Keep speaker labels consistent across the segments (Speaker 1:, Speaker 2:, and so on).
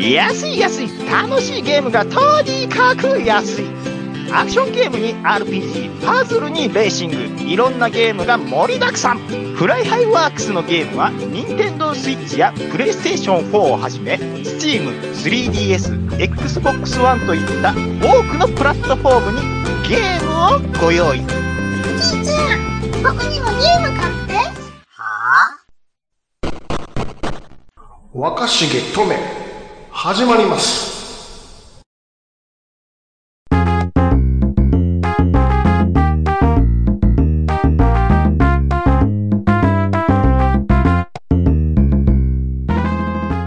Speaker 1: 安い安い楽しいゲームがとにかく安いアクションゲームに RPG パズルにレーシングいろんなゲームが盛りだくさんフライハイワークスのゲームは NintendoSwitch や PlayStation4 をはじめ Steam3DSXbox One といった多くのプラットフォームにゲームをご用意
Speaker 2: じいちゃん、僕にもゲーム買って。
Speaker 3: 若重とめ始まります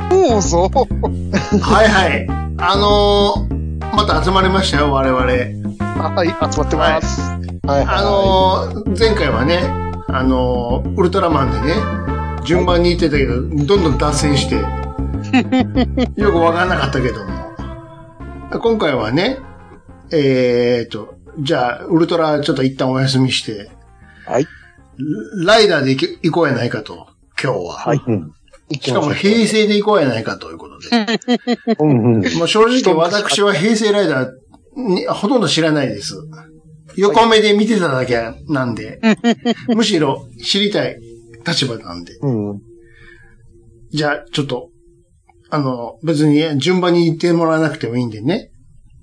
Speaker 4: どうぞ。
Speaker 3: はいはいあのー、また集まりましたよ我々
Speaker 4: はい、集まってます。はい。
Speaker 3: あのー、前回はねあのー、ウルトラマンでね順番に言ってたけどどんどん脱線 してよくわからなかったけども今回はねえーとじゃあウルトラちょっと一旦お休みして
Speaker 4: はい
Speaker 3: ライダーで行け行こうやないかと今日は
Speaker 5: はい。うん。
Speaker 4: 行き
Speaker 3: し
Speaker 4: ま
Speaker 3: か
Speaker 4: しょ
Speaker 3: も
Speaker 4: う
Speaker 3: 平成で行こうやないかということで。
Speaker 5: うんうん。
Speaker 3: もう正直私は平成ライダーにほとんど知らないです。横目で見てただけなんで、むしろ知りたい立場なんで。
Speaker 5: うん。
Speaker 3: じゃあ、ちょっと、あの、別に順番に言ってもらわなくてもいいんでね。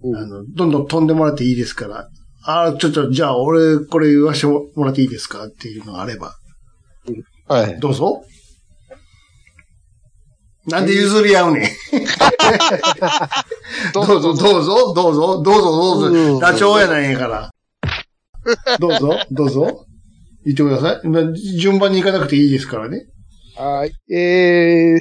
Speaker 4: うん
Speaker 3: あの、どんどん飛んでもらっていいですから。ああ、ちょっと、じゃあ俺、これ言わせてもらっていいですかっていうのがあれば。
Speaker 4: はい。
Speaker 3: どうぞ。なんで譲り合うねん。 どうぞ、どうぞ、どうぞ、どうぞ、どう
Speaker 4: う
Speaker 3: ぞ。
Speaker 4: ん
Speaker 3: ダチョウやないんやから。どうぞ、どうぞ。言ってください。ま順番に行かなくていいですからね。
Speaker 4: はい。えー、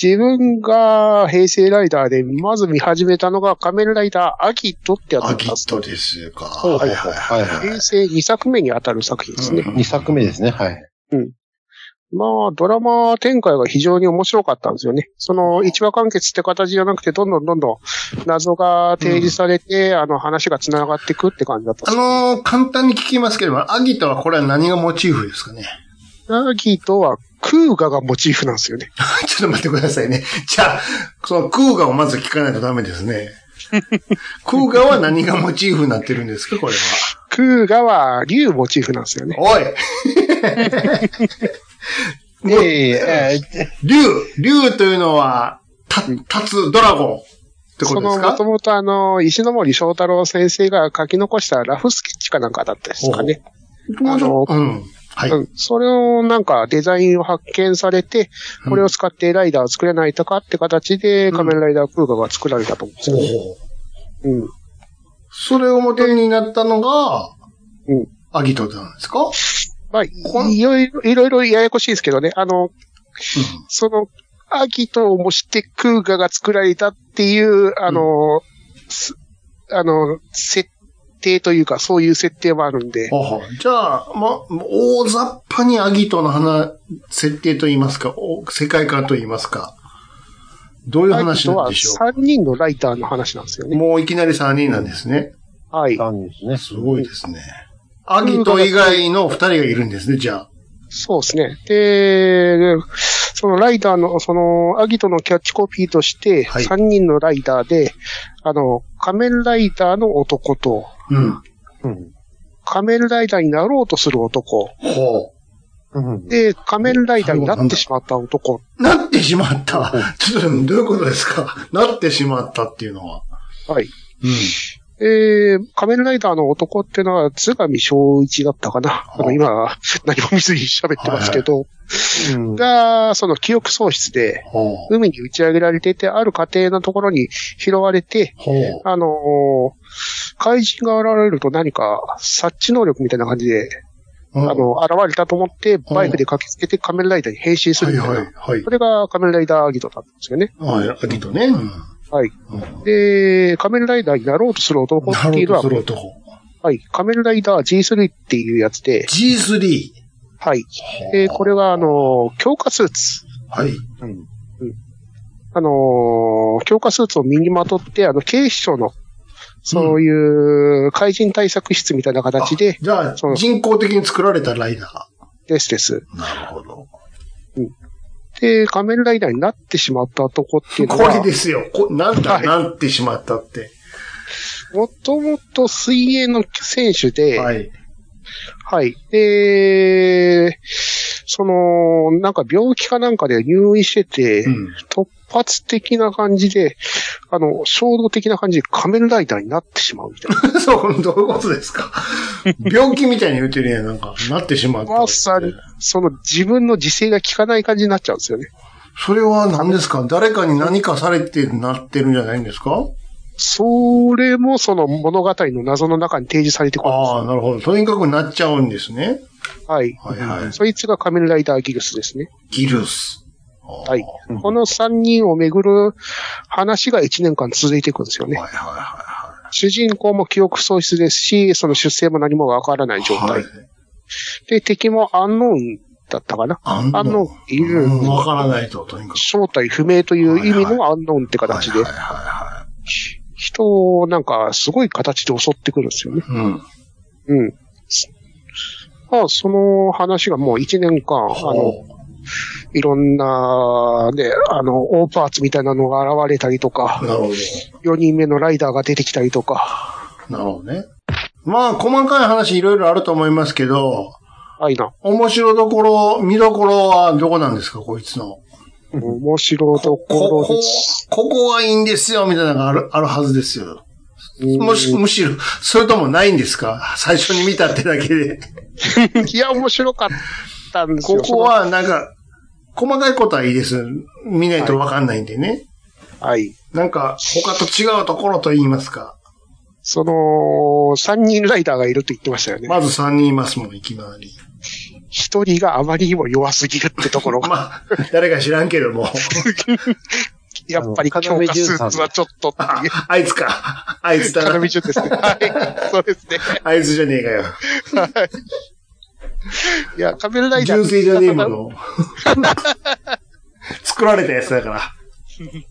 Speaker 4: 自分が平成ライダーで、まず見始めたのが仮面ライダーアギトってやつだ
Speaker 3: ア
Speaker 4: った
Speaker 3: ギ
Speaker 4: んで
Speaker 3: ッ
Speaker 4: す。
Speaker 3: トですか。
Speaker 4: う
Speaker 3: はいはいはいは
Speaker 4: 平成2作目に当たる作品ですね。
Speaker 3: うん
Speaker 5: 二作目ですね。はい。
Speaker 4: まあ、ドラマ展開が非常に面白かったんですよね。その、一話完結って形じゃなくて、どんどんどんどん謎が提示されて、あの、話が繋がっていくって感じだったんです
Speaker 3: い。あのー簡単に聞きますけれども、アギトはこれは何がモチーフですかね。
Speaker 4: アギトは空ガがモチーフなんですよね。
Speaker 3: ちょっと待ってくださいね。じゃあ、その空ガをまず聞かないとダメですね。 空ガは何がモチーフになってるんですかこれは。
Speaker 4: 空ガは竜モチーフなんですよね。
Speaker 3: おい
Speaker 5: ええ、ええ、
Speaker 3: 竜竜というのは、た、立つドラゴンってことですか
Speaker 4: その、もともとあの、石ノ森章太郎先生が書き残したラフスケッチかなんかだったですかね。
Speaker 3: もうちょ
Speaker 4: あ
Speaker 3: うん。はい。
Speaker 4: うん。それをなんかデザインを発見されて、これを使ってライダーを作れないとかって形で仮面ライダー空ガが作られたと思うんです
Speaker 3: ほう
Speaker 4: よ
Speaker 3: ほ
Speaker 4: ね。
Speaker 3: う。
Speaker 4: うん。
Speaker 3: それを元になったのが、
Speaker 4: うん
Speaker 3: アギトなんですか、
Speaker 4: まあ、
Speaker 3: こん
Speaker 4: いろいろ、いろいろややこしいですけどね。あの、その、アギトを模して空ガが作られたっていう、あの、すあの、設定というか、そういう設定もあるんで。
Speaker 3: ほうほうじゃあ、ま、大雑把にアギトの話、設定と言いますか、お世界観と言いますか、どういう
Speaker 4: アギ
Speaker 3: 話
Speaker 4: ト
Speaker 3: なん
Speaker 4: は
Speaker 3: でしょ
Speaker 4: 3人のライターの話なんですよ
Speaker 3: う
Speaker 4: ね。
Speaker 3: もういきなり3人なんですね。
Speaker 4: はい。
Speaker 5: なんですね。
Speaker 3: すごいですね。アギト以外の2人がいるんですね、じゃあ。
Speaker 4: そうですね。で、そのライダーの、その、アギトのキャッチコピーとして、
Speaker 3: はい
Speaker 4: 3人のライダーで、あの、仮面ライダーの男と、
Speaker 3: うん。
Speaker 5: うん。
Speaker 4: 仮面ライダーになろうとする男、
Speaker 3: ほ
Speaker 5: うん。
Speaker 4: で、仮面ライダーになってしまった男。
Speaker 3: う。なってしまった。ちょっと、どういうことですかなってしまったっていうのは。
Speaker 4: はい。
Speaker 3: うん。
Speaker 4: えー、仮面ライダーの男っていうのは、津上正一だったかな。あの、今、何も見ずに喋ってますけど、
Speaker 5: うん
Speaker 4: が、その記憶喪失で、
Speaker 3: ほう。
Speaker 4: 海に打ち上げられてて、ある家庭のところに拾われて、
Speaker 3: ほう。
Speaker 4: あのー怪人が現れると何か察知能力みたいな感じで、
Speaker 3: あ
Speaker 4: あの、現れたと思って、バイクで駆けつけて仮面ライダーに変身す
Speaker 3: は
Speaker 4: る
Speaker 3: い
Speaker 4: みたいな。
Speaker 3: はいはい
Speaker 4: そ。れが仮面ライダーアギトなんですよね。
Speaker 3: はい、アギトね。うん
Speaker 4: はい。
Speaker 3: うん
Speaker 4: で、仮面ライダーになろうとする男
Speaker 3: な
Speaker 4: ってい
Speaker 3: る
Speaker 4: うの
Speaker 3: ほど、
Speaker 4: は
Speaker 3: そ、れ男。
Speaker 4: はい。仮面ライダー G3 っていうやつで、
Speaker 3: G3。
Speaker 4: はい。で、これが、あのー強化スーツ。
Speaker 3: はい。
Speaker 5: うん。
Speaker 4: あのー強化スーツを身にまとって、あの、警視庁の、そういう、怪人対策室みたいな形で、
Speaker 3: じゃあ
Speaker 4: そ、う
Speaker 3: 人工的に作られたライダ
Speaker 4: ですです。
Speaker 3: ー。なるほど。
Speaker 4: で、仮面ライダーになってしまった男っていうの
Speaker 3: これ
Speaker 4: は、
Speaker 3: ですよ。こなんだ、
Speaker 4: はい
Speaker 3: なんてしまったって。
Speaker 4: もともと水泳の選手で、はい。
Speaker 3: はい。
Speaker 4: で、その、なんか病気かなんかで入院してて、
Speaker 3: うん。
Speaker 4: 突発的な感じで、あの、衝動的な感じで仮面ライダーになってしまうみた いな。
Speaker 3: そう、どういうことです か病気みたいに言ってるやん、なんか、なってしまった。
Speaker 4: まさに、その自分の自制が効かない感じになっちゃうんですよね。
Speaker 3: それは何ですか誰かに何かされてなってるんじゃないんですか
Speaker 4: それもその物語の謎の中に提示されてくるん
Speaker 3: ああ、なるほど。とにかくなっちゃうんですね。
Speaker 4: です。はい。
Speaker 3: はいはい。
Speaker 4: そいつが仮面ライダーギルスですね。
Speaker 3: ギルス。
Speaker 4: は。
Speaker 3: はい
Speaker 4: この三人をめぐる話が一年間続いていくんですよ
Speaker 3: はい
Speaker 4: ね。
Speaker 3: はいは
Speaker 4: 主人公も記憶喪失ですし、その出生も何もわからない
Speaker 3: い。
Speaker 4: 状態。
Speaker 3: はい。
Speaker 4: で、敵もアンノーンだったかな。
Speaker 3: あん
Speaker 4: アンノ
Speaker 3: の、
Speaker 4: ーン、いる、
Speaker 3: うんわからないと、とにかく。
Speaker 4: 正体不明という意味
Speaker 3: はい
Speaker 4: のアンノーンって
Speaker 3: はい
Speaker 4: 形
Speaker 3: はい
Speaker 4: で、
Speaker 3: は
Speaker 4: 人をなんかすごい形で襲ってくるんですよね。
Speaker 3: いはい。うん。
Speaker 4: うん。まあ、その話がもう一年間、あの、
Speaker 3: ほ
Speaker 4: いろんな、ね、あの、オーパーツみたいなのが現れたりと
Speaker 3: う
Speaker 4: か、
Speaker 3: なるほど。
Speaker 4: 4人目のライダーが出てきたりとか、
Speaker 3: なるほどね。まあ、細かい話いろいろあると思いますけど、
Speaker 4: あいな、
Speaker 3: 面白どころ、見どころはどこなんですか、こいつの。
Speaker 4: 面白ど
Speaker 3: こ
Speaker 4: ころ
Speaker 3: こ
Speaker 4: で、す。
Speaker 3: ここはいいんですよ、みたいなのがある、あるはずですよ。もし、
Speaker 4: うん
Speaker 3: むしろ、それともないんですか最初に見たってだけで。
Speaker 4: いや、面白かったんです
Speaker 3: こ
Speaker 4: よ。
Speaker 3: こは、なんか、細かいことはいいです。見ないとわかんないんでね。
Speaker 4: その、はい。
Speaker 3: なんか、他と違うところと言いますか。
Speaker 4: その、3人ライダーがいると言ってましたよね。
Speaker 3: まず3人いますもん、いきなり。
Speaker 4: 1人があまりにも弱すぎるってところ
Speaker 3: ま
Speaker 4: が、
Speaker 3: あ、誰か知らんけ ども。
Speaker 4: やっぱり強化スーツはちょっと って
Speaker 3: あ
Speaker 4: いう。
Speaker 3: あいつか。あいつだ
Speaker 4: 金
Speaker 3: な
Speaker 4: 見。順ですね。はい。そうですね。
Speaker 3: あいつじゃねえかよ。
Speaker 4: いや、仮面ライダー。
Speaker 3: 純正じゃねえもの。作られたやつだから。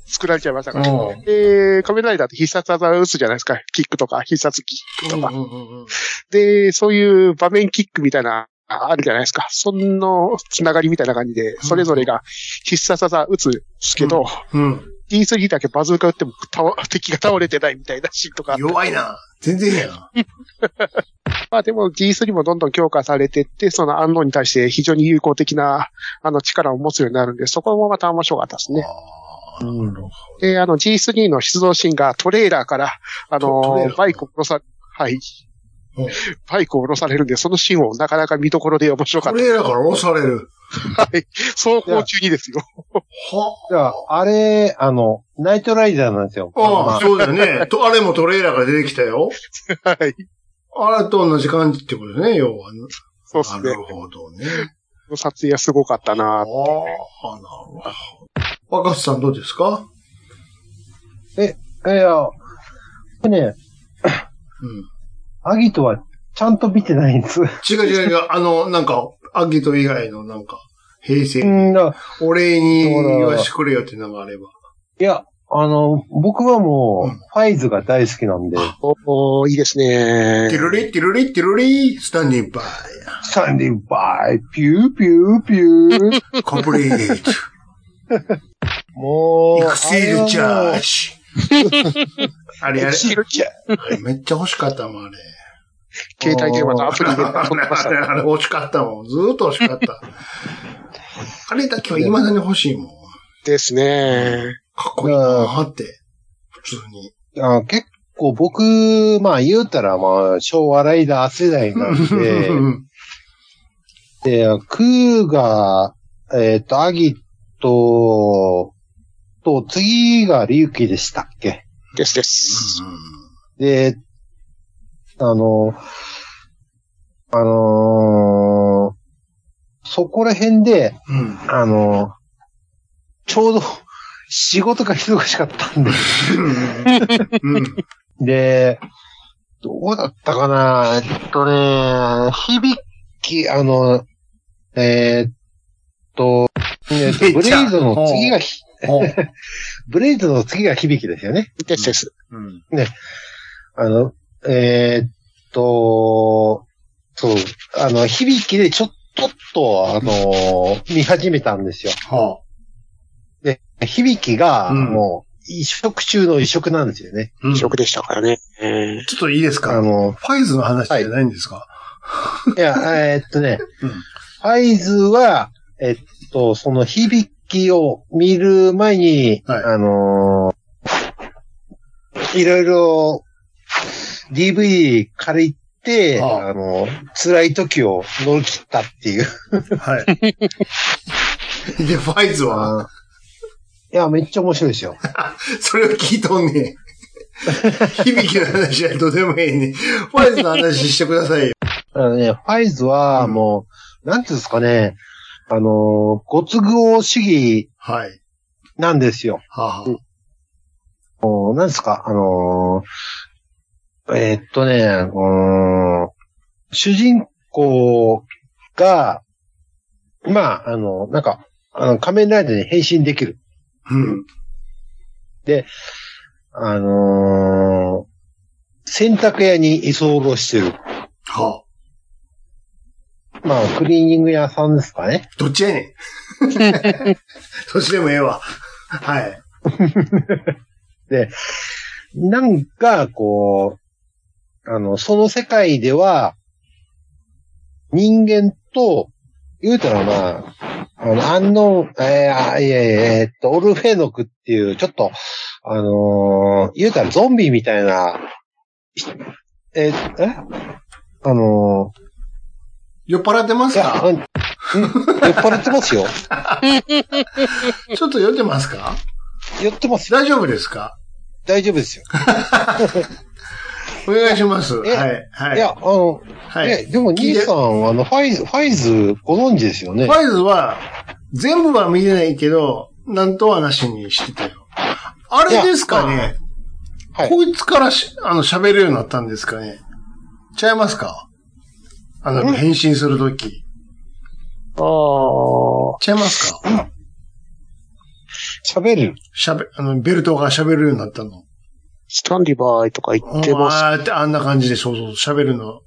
Speaker 4: 作られちゃいましたから。
Speaker 3: うん
Speaker 4: で、仮面ライダーって必殺技を打つじゃないですか。キックとか、必殺キックとか。
Speaker 3: うんうん
Speaker 4: で、そういう場面キックみたいな、あるじゃないですか。そのつながりみたいな感じで、それぞれが必殺技打つんですけど、
Speaker 3: うんうん
Speaker 4: D3 だけバズーカ打っても倒敵が倒れてないみたいなシーンとか。
Speaker 3: 弱いな。全然やな。
Speaker 4: まあでも D3 もどんどん強化されてって、その安納に対して非常に有効的な、あの、力を持つようになるんで、そこもまた面白かったですね。
Speaker 3: あーなるほど
Speaker 4: で、あの G3 の出動シーンがトレーラーから、あ
Speaker 3: トトレー
Speaker 4: の
Speaker 3: ラー
Speaker 4: バイクを降ろさ、はい
Speaker 3: うん。
Speaker 4: バイクを降ろされるんで、そのシーンをなかなか見どころで面白か
Speaker 3: ト
Speaker 4: った。
Speaker 3: レーラーから降ろされる。
Speaker 4: 走行中にですよ。
Speaker 3: は
Speaker 5: じゃあ、あれ、あの、ナイトライダーなんですよ。
Speaker 3: ああ、
Speaker 5: ま
Speaker 3: そうだよね。と、あれもトレーラーが出てきたよ。
Speaker 4: はい。
Speaker 3: あれと同じ感じってことね、要は。
Speaker 4: そうです
Speaker 3: な
Speaker 4: ね
Speaker 3: る。ほどね。
Speaker 4: 撮影はすごかったな
Speaker 3: ああ、なるほど。若狭さんどうですか
Speaker 5: あ、いや、ね、
Speaker 3: うん。
Speaker 5: アギトはちゃんと見てないんです。
Speaker 3: 違う違う違う。あの、なんか、アギト以外のなんか、平
Speaker 5: う
Speaker 3: 成、
Speaker 5: ん、だ
Speaker 3: お礼に言わしてくれよってのがあれば。
Speaker 5: いや、あの、僕はも
Speaker 3: うん
Speaker 5: う、ファイズが大好きなんで、
Speaker 4: おおいいです
Speaker 3: テ
Speaker 4: ね。
Speaker 3: ィルリ、ティルリ、ティルリ、スタンディンバ
Speaker 5: サンディバイ、ピューピューピュ ー。
Speaker 3: イ、コンプリート、
Speaker 5: もう、
Speaker 3: エクセルチャー
Speaker 5: ー。
Speaker 3: ジ。あれあれ
Speaker 5: エク、セルチャー。
Speaker 3: あれめっちゃ欲しかったもん、あれ。
Speaker 4: 携帯電話のアプリで
Speaker 3: あ
Speaker 4: 撮ってました
Speaker 3: れ、
Speaker 4: ね。
Speaker 3: あれ欲しかったもん。ずーっと欲しかった。あれだけは未だに欲しいもん。
Speaker 4: ですね。
Speaker 3: かっこいいなーって。普通に。
Speaker 5: あ結構僕、まあ言うたらまあ昭和ライダー世代なんで、で、クーガー、えっ、と、アギトと、次がリュウキでしたっけ
Speaker 4: ですです。
Speaker 5: で、あの、あのーそこら辺で、
Speaker 3: うんうん
Speaker 5: あのちょうど仕事が忙しかったんで、
Speaker 3: うんうん
Speaker 5: で、どうだったかなえっとね、響き、あの、えーっと、 えっとブレイドの次がひ、 ブレイドの次が響きですよね。
Speaker 4: ですです。
Speaker 3: うん
Speaker 5: あの、えーっと、そう、あの、響きでちょっと、ちょっと、あの、見始めたんですよ。
Speaker 3: は
Speaker 5: 響が、
Speaker 3: うん
Speaker 5: もう、移植中の移植なんですよね。
Speaker 3: うん
Speaker 4: シ
Speaker 3: ち
Speaker 4: ョ
Speaker 3: ょ
Speaker 4: ックでしたからね。えー
Speaker 3: っといいです
Speaker 5: あ
Speaker 3: か
Speaker 5: の、
Speaker 3: ファイズの話じゃないんですか、
Speaker 5: いや、えーっとね、
Speaker 3: うん
Speaker 5: 合図は、えっと、その響きを見る前に、
Speaker 3: はい
Speaker 5: あのーいろいろ DV 借りて、
Speaker 3: ああ
Speaker 5: あの、辛い時を乗り切ったっていう。
Speaker 3: はい。で、ファイズは、
Speaker 5: いや、めっちゃ面白いですよ。
Speaker 3: それを聞いとんねん。響きの話はどうでもいいね。ファイズの話してくださいよ。
Speaker 5: あのね、ファイズは
Speaker 3: うん
Speaker 5: もう、なんていうんですかね、あのーご都合主義
Speaker 3: はい。
Speaker 5: なんですよ。
Speaker 3: はあはあ
Speaker 5: おなんですか、あのーえーっとね、うーん主人公が、まあ、あの、なんか、あの仮面ライダーに変身できる。
Speaker 3: うん。
Speaker 5: あのー洗濯屋に居候してる。
Speaker 3: はあ。
Speaker 5: まあ、クリーニング屋さんですかね。
Speaker 3: どっちやねん。 どっちでもええわ。はい。
Speaker 5: なんか、こう、あの、その世界では、人間と、言うたらまあ、あの、アンノン、えーあいやいや、えーっと、オルフェノクっていう、ちょっと、あのー言うたらゾンビみたいな、えーえあの
Speaker 3: 酔っ払ってま
Speaker 5: ー
Speaker 3: す
Speaker 5: いや、あ
Speaker 3: か
Speaker 5: んん酔っ払ってますよ。
Speaker 3: ちょっと酔ってますか
Speaker 5: 酔ってますよ。
Speaker 3: 大丈夫ですか
Speaker 5: 大丈夫ですよ。
Speaker 3: お願いします。は
Speaker 5: え
Speaker 3: い。はい
Speaker 5: い、や、あの、
Speaker 3: はい。
Speaker 5: え、でも兄さん、あの、ファイズ、ファイズご存知ですよね
Speaker 3: フ。ァイズは、全部は見れないけど、なんとはなしにしてたよ。あれですか
Speaker 5: い
Speaker 3: ね、
Speaker 5: はい
Speaker 3: こいつからしあの喋るようになったんですかねちゃいますかあの、
Speaker 4: ん
Speaker 3: 変身するとき。
Speaker 4: ああ、
Speaker 3: ちゃいますか
Speaker 5: 喋る。
Speaker 3: 喋、あの、ベルトが喋るようになったの。
Speaker 4: スタンリバーイとか言ってます。
Speaker 3: あーってあんな感じで、そうそう、喋るの。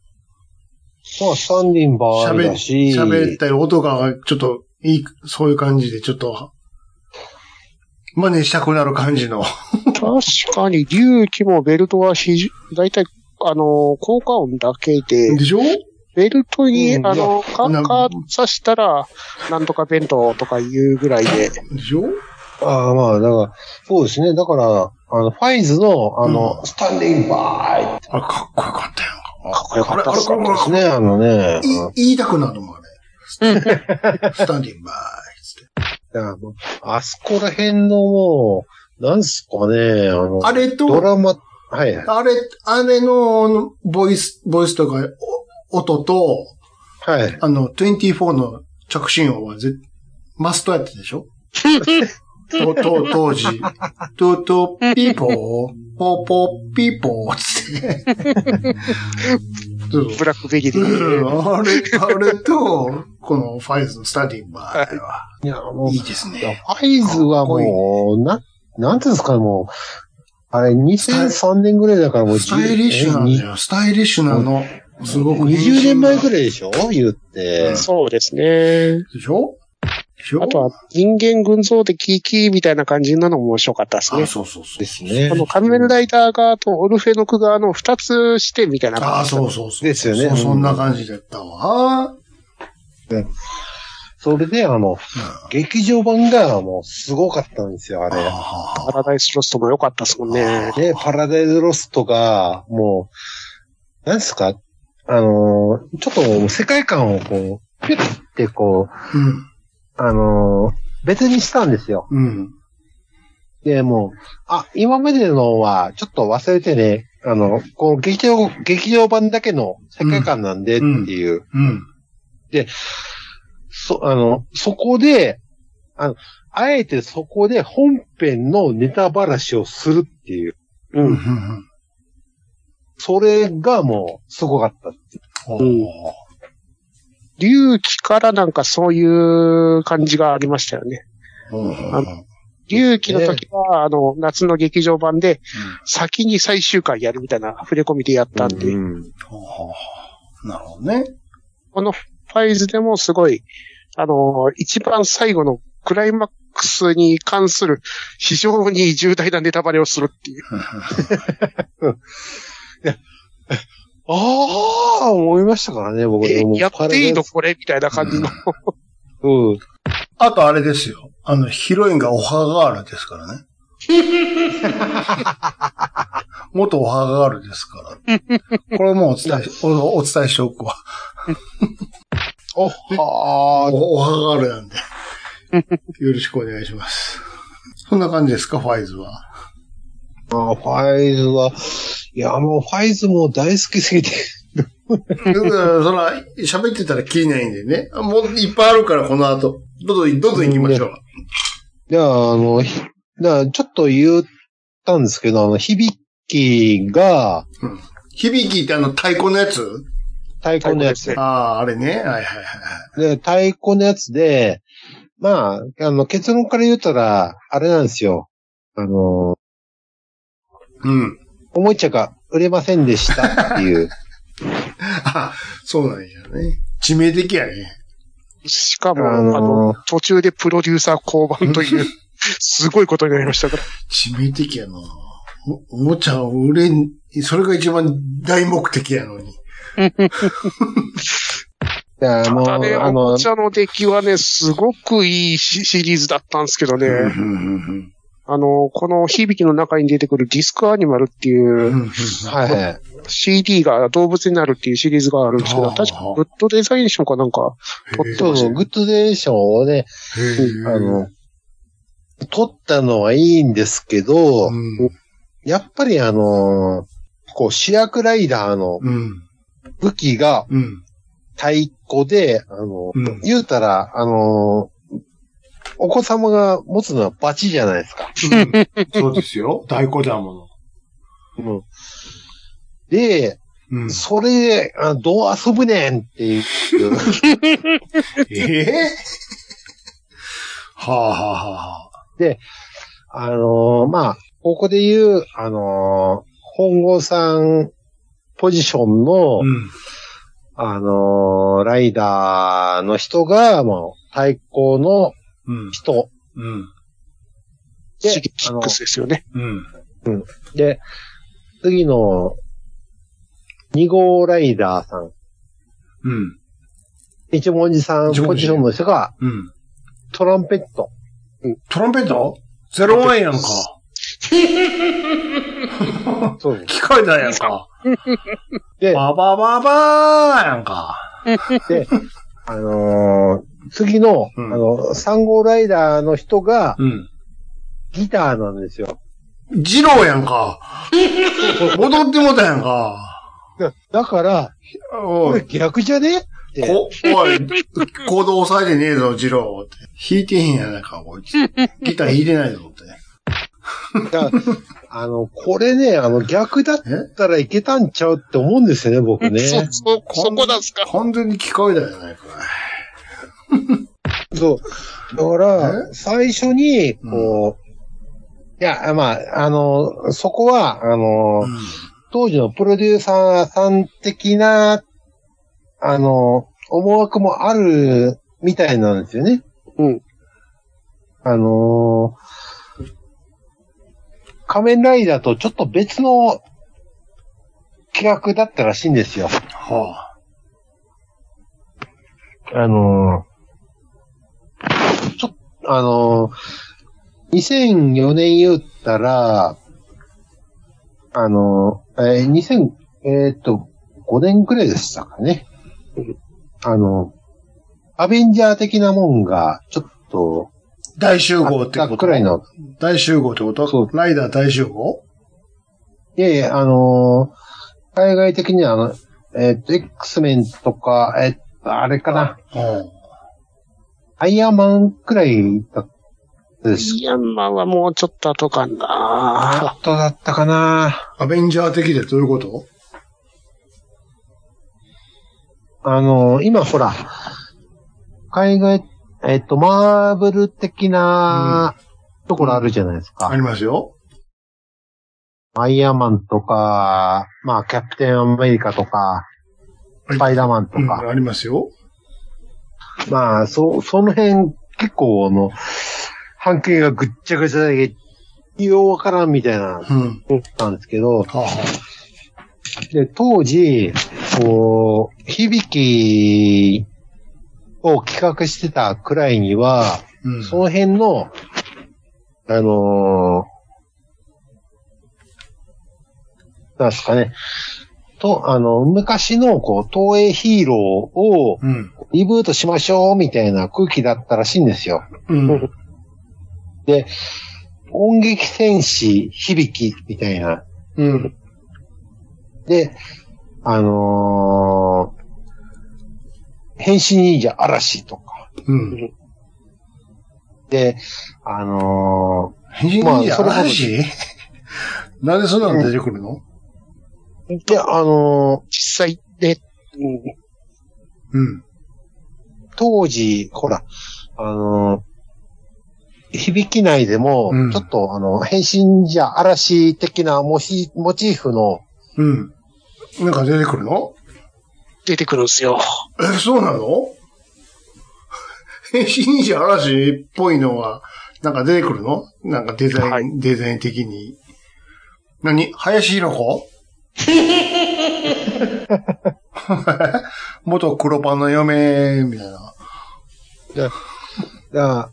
Speaker 5: まあ、スタンディンバー
Speaker 3: 喋
Speaker 5: だし、
Speaker 3: 喋ったり、音がちょっと、いい、そういう感じで、ちょっと、真似したくなる感じの。
Speaker 4: 確かに、隆起もベルトは非常、だいたい、あの、効果音だけで、
Speaker 3: でしょ
Speaker 4: ベルトに、
Speaker 5: うん
Speaker 4: あの、カ
Speaker 3: な
Speaker 4: ンカンさしたら、なんとか弁当とか言うぐらいで、
Speaker 3: でしょ
Speaker 5: ああ、まあ、だから、そうですね。だから、あの、ファイズの、あの、スタンディンバ
Speaker 3: あれ、かっこよかったよ。
Speaker 4: かっこよかったっす
Speaker 3: あれあれ
Speaker 5: ーですね、あのね。
Speaker 3: い言いたくなるもん、あれ。スタンディングバーイっつって。
Speaker 5: あのあそこら辺のもう、なんすかね、あの、
Speaker 3: あれ
Speaker 5: ド
Speaker 3: と、
Speaker 5: ラマ、はいはい。
Speaker 3: あれ、あれのボイス、ボイスとか、お音と、
Speaker 5: はい。
Speaker 3: あの、24の着信音はぜ、マストやってたでしょと、と、当時。と、と、ピーポー、ポーポー、ピーポーっつって。そうそう
Speaker 4: ブラックベリーで。
Speaker 3: うんあれ、あれと、このファイズのスタンディングバーイは、
Speaker 5: いや、もう、
Speaker 3: い
Speaker 5: い
Speaker 3: いです
Speaker 5: や
Speaker 3: ね。
Speaker 5: ファイズはもう、な、なんていうんですかね、もう、あれ、2003年ぐらいだからもう、
Speaker 3: スタイリッシュなんだよ。スタイリッシュなの。すごく。
Speaker 5: 20年前く
Speaker 3: い。
Speaker 5: らいでしょ言って。
Speaker 4: そうですね。
Speaker 3: でしょでしょ
Speaker 4: あとは、人間群像でキーキーみたいな感じなのも面白かったです
Speaker 3: あ、
Speaker 4: ね。
Speaker 3: そうそうそう。
Speaker 5: ですね
Speaker 4: あ。の、仮面ライダー側とオルフェノク側の二つしてみたいな
Speaker 3: あ
Speaker 4: 感
Speaker 3: あ、
Speaker 4: じ。
Speaker 3: そうそうそう。
Speaker 5: ですよ
Speaker 3: そ
Speaker 5: ね
Speaker 3: う
Speaker 5: うん
Speaker 3: そんな感じだったわ。
Speaker 5: それで、あの、劇場版がもうすごかったんですよ、あ
Speaker 3: あ
Speaker 5: れ。
Speaker 3: あ
Speaker 4: パラダイスロストも良かったですもんね。
Speaker 5: で、パラダイスロストが、もう、なんですか、あのー、ちょっともう世界観をこう、ピュッてこう、
Speaker 3: うん。
Speaker 5: あのー、別にしたんですよ。
Speaker 3: うん。
Speaker 5: で、もう、あ、今までのはちょっと忘れてね、あの、こう、劇場、劇場版だけの世界観なんでっていう。
Speaker 3: うん。
Speaker 5: そ、あの、そこで、あの、あえてそこで本編のネタばらしをするっていう。
Speaker 4: う。
Speaker 3: うんん。
Speaker 5: それがもう、すごかった。
Speaker 3: うん。
Speaker 4: 隆起からなんかそういう感じがありましたよね。隆起の時は、あの、夏の劇場版で、先に最終回やるみたいな触れ込みでやったんで、
Speaker 3: なるほどね。
Speaker 4: このファイズでもすごい、あの、一番最後のクライマックスに関する非常に重大なネタバレをするっていう。
Speaker 5: ああ、思いましたからね、僕。
Speaker 4: え
Speaker 5: もう
Speaker 4: やっていいの
Speaker 5: パ
Speaker 4: これみたいな感じの。
Speaker 5: ラうん。
Speaker 3: あとあれですよ。あの、ヒロインがオハガールですから ね。元オハガールですから。これはもうお伝え、おお伝えしておくわ。
Speaker 5: おはー。
Speaker 3: おおハガールなんで。よろしくお願いします。そんな感じですか、ファイズは。
Speaker 5: まあ、ファイズは、いや、もうファイズも大好きすぎて。
Speaker 3: だからそら、喋ってたら切りないんでね。もういっぱいあるから、この後。どんどん、どんどん行きましょう。
Speaker 5: じゃあ、あの、ひじゃあちょっと言ったんですけど、あの、響きが、
Speaker 3: 響きってあの太鼓のやつ
Speaker 5: 太鼓のやつ。
Speaker 4: ね。
Speaker 3: ああ、あれね。はいはいはい
Speaker 5: で、太鼓のやつで、まあ、あの、結論から言うたら、あれなんですよ。あの、
Speaker 3: はい。うん。
Speaker 5: 思いっちゃが売れませんでしたっていう。
Speaker 3: あ、 そうなんやね。致命的やね。
Speaker 4: しかも、
Speaker 5: あ
Speaker 4: あ
Speaker 5: のー
Speaker 4: の、途中でプロデューサー降板と いう、すごいことになりましたから。
Speaker 3: 致命的やなおおもちゃを売れん、それが一番大目的やのに。
Speaker 5: いや、
Speaker 4: た
Speaker 5: もう、
Speaker 4: だね、
Speaker 5: あ
Speaker 4: おも
Speaker 5: の、
Speaker 4: ちゃの出来はね、すごくいいシシリーズだったんですけどね。
Speaker 3: うんうん
Speaker 4: あの、この響きの中に出てくるディスクアニマルって
Speaker 3: うんう
Speaker 4: いうん
Speaker 5: はいはい。
Speaker 4: CD が動物になるっていうシリーズがあるんですけ
Speaker 3: はあは
Speaker 4: ど、
Speaker 3: あ
Speaker 4: 確かグッドデザイン賞かなんか取って
Speaker 5: そう
Speaker 4: まし
Speaker 5: そ
Speaker 4: た
Speaker 5: う、
Speaker 4: ね。
Speaker 5: グッドデーションをね、
Speaker 3: へー
Speaker 5: あの、取ったのはいいんですけど、
Speaker 3: うん
Speaker 5: やっぱりあのーこう、主役ライダーの
Speaker 3: うん
Speaker 5: 武器が
Speaker 3: うん
Speaker 5: 太鼓で、あのー
Speaker 3: うん
Speaker 5: 言うたら、あのーお子様が持つのはバチじゃないですか。
Speaker 3: そうですよ。太鼓だも
Speaker 5: うんで、
Speaker 3: の。うん
Speaker 5: それで、あどう遊ぶねんっていう。
Speaker 3: ええはあはあはあはあ。
Speaker 5: あのーまあ、ここで言う、あのー本郷さんポジションの、
Speaker 3: うん
Speaker 5: あのーライダーの人が、もう、対抗の
Speaker 3: うん
Speaker 5: 人
Speaker 3: うん
Speaker 5: で、
Speaker 4: シゲキックスですよね。
Speaker 3: うん
Speaker 5: あので、次の、2号ライダーさん、
Speaker 3: うん
Speaker 5: 一文字さんポジションの人が、
Speaker 3: うん
Speaker 5: トランペット。
Speaker 3: トランペットゼロワンやんか。
Speaker 5: そう
Speaker 3: 聞こえたやんか。
Speaker 5: で、
Speaker 3: ババババーやんか。
Speaker 5: あのー次の、
Speaker 3: うん
Speaker 5: あの、3号ライダーの人が、
Speaker 3: うん。
Speaker 5: ギターなんですよ。
Speaker 3: ジローやんか。 戻ってもたやんか。
Speaker 5: だだから、こ
Speaker 3: お
Speaker 5: れ
Speaker 3: い、
Speaker 5: 逆じゃねって。
Speaker 3: こ、おい、行動抑えてねえぞ、ジローって。弾いてへんやないか、こいつ。ギター弾いてないぞって。
Speaker 5: だからあの、これね、あの、逆だったらいけたんちゃうって思うんですよね、僕ね。
Speaker 4: そ、そ、そこなんすか。
Speaker 3: 完全に聞こえたやないか。
Speaker 5: そう。だから、最初に、こう、いや、まあ、あの、そこは、あの、
Speaker 3: うん
Speaker 5: 当時のプロデューサーさん的な、あの、思惑もあるみたいなんですよね。
Speaker 4: うん。
Speaker 5: あの仮面ライダーとちょっと別の企画だったらしいんですよ。
Speaker 3: は
Speaker 5: あのーちょっと、あのー2004年言ったら、あのーえー2000、えーっと、5年くらいでしたかね。あの、アベンジャー的なもんが、ちょっと、
Speaker 3: あ、大集
Speaker 5: あ
Speaker 3: 合っ
Speaker 5: ってた
Speaker 3: こと
Speaker 5: くらいの、
Speaker 3: 大集合ってこ
Speaker 5: そう
Speaker 3: とライダー大集合
Speaker 5: いやいや、あのー海外的には、あの、えーっと、X メンとか、えーっと、あれかな、
Speaker 3: うん。
Speaker 5: アイアンマンくらいだったでし
Speaker 4: イアンマンはもうちょっと後かな。
Speaker 5: あとだったかな
Speaker 3: アベンジャー的でどういうこと
Speaker 5: あの、今ほら、海外、えっと、マーブル的なところあるじゃないですか。
Speaker 3: ありますよ。
Speaker 5: アイアンマンとか、まあ、キャプテンアメリカとか、
Speaker 3: はい
Speaker 5: スパイダーマンと
Speaker 3: うん、
Speaker 5: か、
Speaker 3: ありますよ。
Speaker 5: まあ、そ、その辺、結構、あの、半径がぐっちゃぐちゃで、ようわからんみたいな、
Speaker 3: うん。
Speaker 5: 思ったんですけど、
Speaker 3: はあは
Speaker 5: で、当時、こう、響きを企画してたくらいには、
Speaker 3: あうん。
Speaker 5: その辺の、あのーなんですかね。と、あの、昔の、こう、東映ヒーローを
Speaker 3: うん。
Speaker 5: リブートしましょう、みたいな空気だったらしいんですよ。
Speaker 3: うん。
Speaker 5: 音劇戦士、響き、みたいな。
Speaker 3: うん。
Speaker 5: で、あのー変身忍者嵐とか。
Speaker 3: うん。
Speaker 5: で、あの
Speaker 3: 変身忍者嵐なんでそんなの出てくるの
Speaker 5: ーで、あの
Speaker 4: 実際ね、うん、
Speaker 3: うん。
Speaker 5: ー当時、ほら、あのー響き内でも、
Speaker 3: うん
Speaker 5: ちょっと、あの、変身者嵐的なモヒモチーフの、
Speaker 3: うん。なんか出てくるの
Speaker 4: 出てくるんですよ。
Speaker 3: え、そうなの変身忍者嵐っぽいのは、なんか出てくるのなんかデザイン、
Speaker 4: はい
Speaker 3: デザイン的に。何林弘子元黒パンの嫁、みたいな。
Speaker 5: が、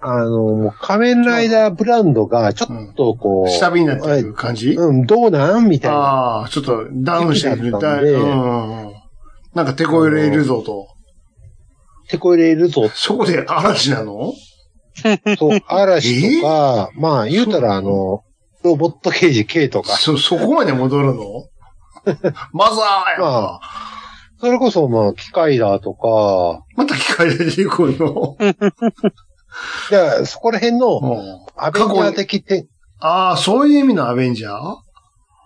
Speaker 5: あの、もう仮面ライダーブランドが、ちょっとこう、
Speaker 3: 下火になってる感じ、
Speaker 5: うん、どうなんみたいな。
Speaker 3: ああ、ちょっとダウンしてる。
Speaker 5: 時期だった
Speaker 3: だ
Speaker 5: ん
Speaker 3: い
Speaker 5: で
Speaker 3: うん。なんか手こ入れるぞと。
Speaker 5: てこ入れるぞ。
Speaker 3: そこで嵐なの
Speaker 5: と、嵐とか、まあ、言うたら、あの、ロボット刑事 K とか、
Speaker 3: そ、そこまで戻る のマザーやん
Speaker 5: まそれこそ、まあ、機械だとか、
Speaker 3: また機械で出てくるの
Speaker 5: じゃあ、そこら辺の、
Speaker 3: うん
Speaker 5: アベンジャー的て、
Speaker 3: ああ、そういう意味のアベンジャーあ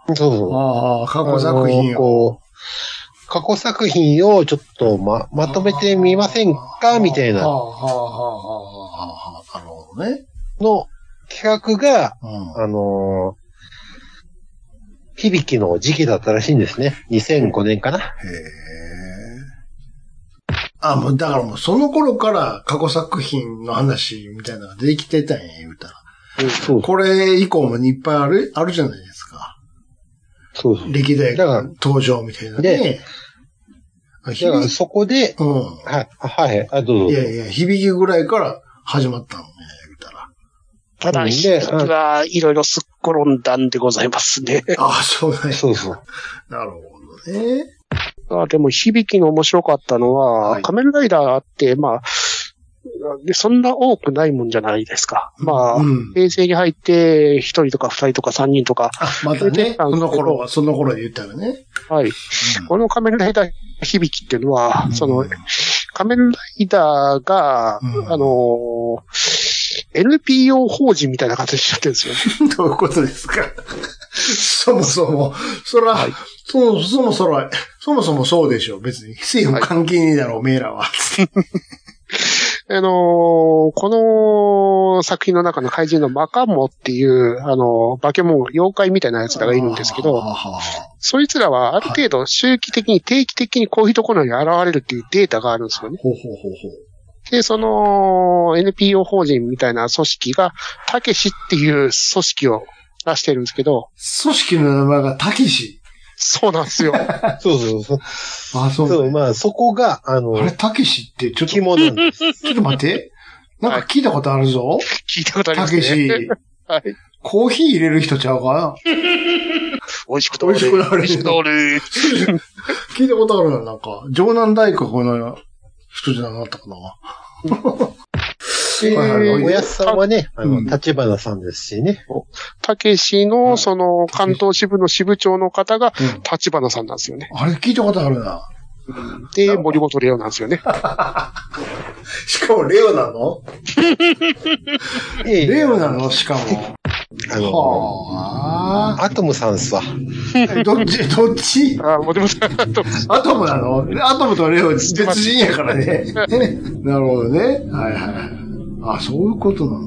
Speaker 5: そうそう。
Speaker 3: あ、過去作
Speaker 5: あの
Speaker 3: 品を。
Speaker 5: こう、過去作品をちょっとま、まとめてみませんかみたい
Speaker 3: はあ
Speaker 5: な、
Speaker 3: はあはあはあはあ、なるほどね。
Speaker 5: の企画が、
Speaker 3: うん
Speaker 5: あのー響きの時期だったらしいんですね。2005年かな。
Speaker 3: へえ。あ、もう、だからもうその頃から過去作品の話みたいなのができてたんや、言うたら。
Speaker 5: そう
Speaker 3: これ以降もいっぱいある、あるじゃないですか。
Speaker 5: そうそう。
Speaker 3: 歴代
Speaker 5: だから
Speaker 3: 登場みたいなね。あ
Speaker 5: だから
Speaker 3: 響
Speaker 5: そこで、
Speaker 3: う
Speaker 5: はい、あはい、はいあ、ど
Speaker 3: ん。
Speaker 5: う
Speaker 3: い
Speaker 5: ぞ。
Speaker 3: やいや、響きぐらいから始まったのね、言うたら。
Speaker 4: ただ、
Speaker 5: うん
Speaker 4: 日々はいろいろすっ転んだんでございますね。
Speaker 3: ああ、そうだね。
Speaker 5: そうそう。
Speaker 3: なるほどね。
Speaker 4: あでも、響きの面白かったのは、
Speaker 3: はい
Speaker 4: 仮面ライダーって、まあ、でそんな多くないもんじゃないですか。まあ、
Speaker 3: うん。
Speaker 4: 平成に入って、一人とか二人とか三人とか、
Speaker 3: あ、またね、その頃は、その頃で言ったらね。
Speaker 4: はい。この仮面ライダー響きっていうのは、
Speaker 3: うん
Speaker 4: その、仮面ライダーが、
Speaker 3: うん
Speaker 4: あのー NPO 法人みたいな形になってるんで すよね。
Speaker 3: どういうことですかそもそも、そら、
Speaker 4: はい
Speaker 3: そそもそら、そもそもそうでしょ、別に。政府関係ねえだろ、おめえらは。つって
Speaker 4: あのーこの作品の中の怪人のマカモっていう、あのー化け物、妖怪みたいなやつらがいるんですけ
Speaker 3: は
Speaker 4: ど、
Speaker 3: あはあはあ
Speaker 4: そいつらはある程度周期的に定期的にこういうところに現れるっていうデータがあるんですよね。
Speaker 3: ほうほうほう
Speaker 4: で、その NPO 法人みたいな組織が、たけしっていう組織を出してるんですけ
Speaker 3: ほ
Speaker 4: ど、
Speaker 3: う。組織の名前がたけし。
Speaker 4: そうな んですよ。
Speaker 5: そうそうそう。
Speaker 3: あ、そう。
Speaker 5: そう、まあ、そこが、あの
Speaker 3: あ、れ、たけしって、ちょっと、ちょ
Speaker 5: 肝なんです。
Speaker 3: っと待って。なんか聞いたことあるぞ。
Speaker 4: 聞いたことあり
Speaker 3: た
Speaker 4: ます
Speaker 3: け
Speaker 4: ね。
Speaker 3: し。
Speaker 4: はい。
Speaker 3: コーヒー入れる人ちゃうか
Speaker 4: 美味しくなれ。
Speaker 3: 美味しくなれ
Speaker 4: 美味しくなれ。
Speaker 3: 聞いたことあるな、なんか。城南大工の人じゃなかったかな。
Speaker 5: で
Speaker 3: はいはいはい
Speaker 5: おやすさんはね、あ
Speaker 3: う
Speaker 5: の、
Speaker 3: ん
Speaker 5: 立花さんですしね。
Speaker 4: たけしの、その、関東支部の支部長の方が、
Speaker 3: うん
Speaker 4: 立花さんなんですよね。
Speaker 3: あれ聞いたことあるな。
Speaker 4: で、森本レオなんで すよね。
Speaker 3: しかもレオなの
Speaker 5: ええ
Speaker 3: レオなのしか
Speaker 5: あの、
Speaker 3: も。はあ。
Speaker 5: アトムさんっすわ。
Speaker 3: えどっち、どっち
Speaker 4: あ、森本さんと。
Speaker 3: アトムなのアトムとレオ別人やからね。 なるほどね。はいはい。あ、そういうことなの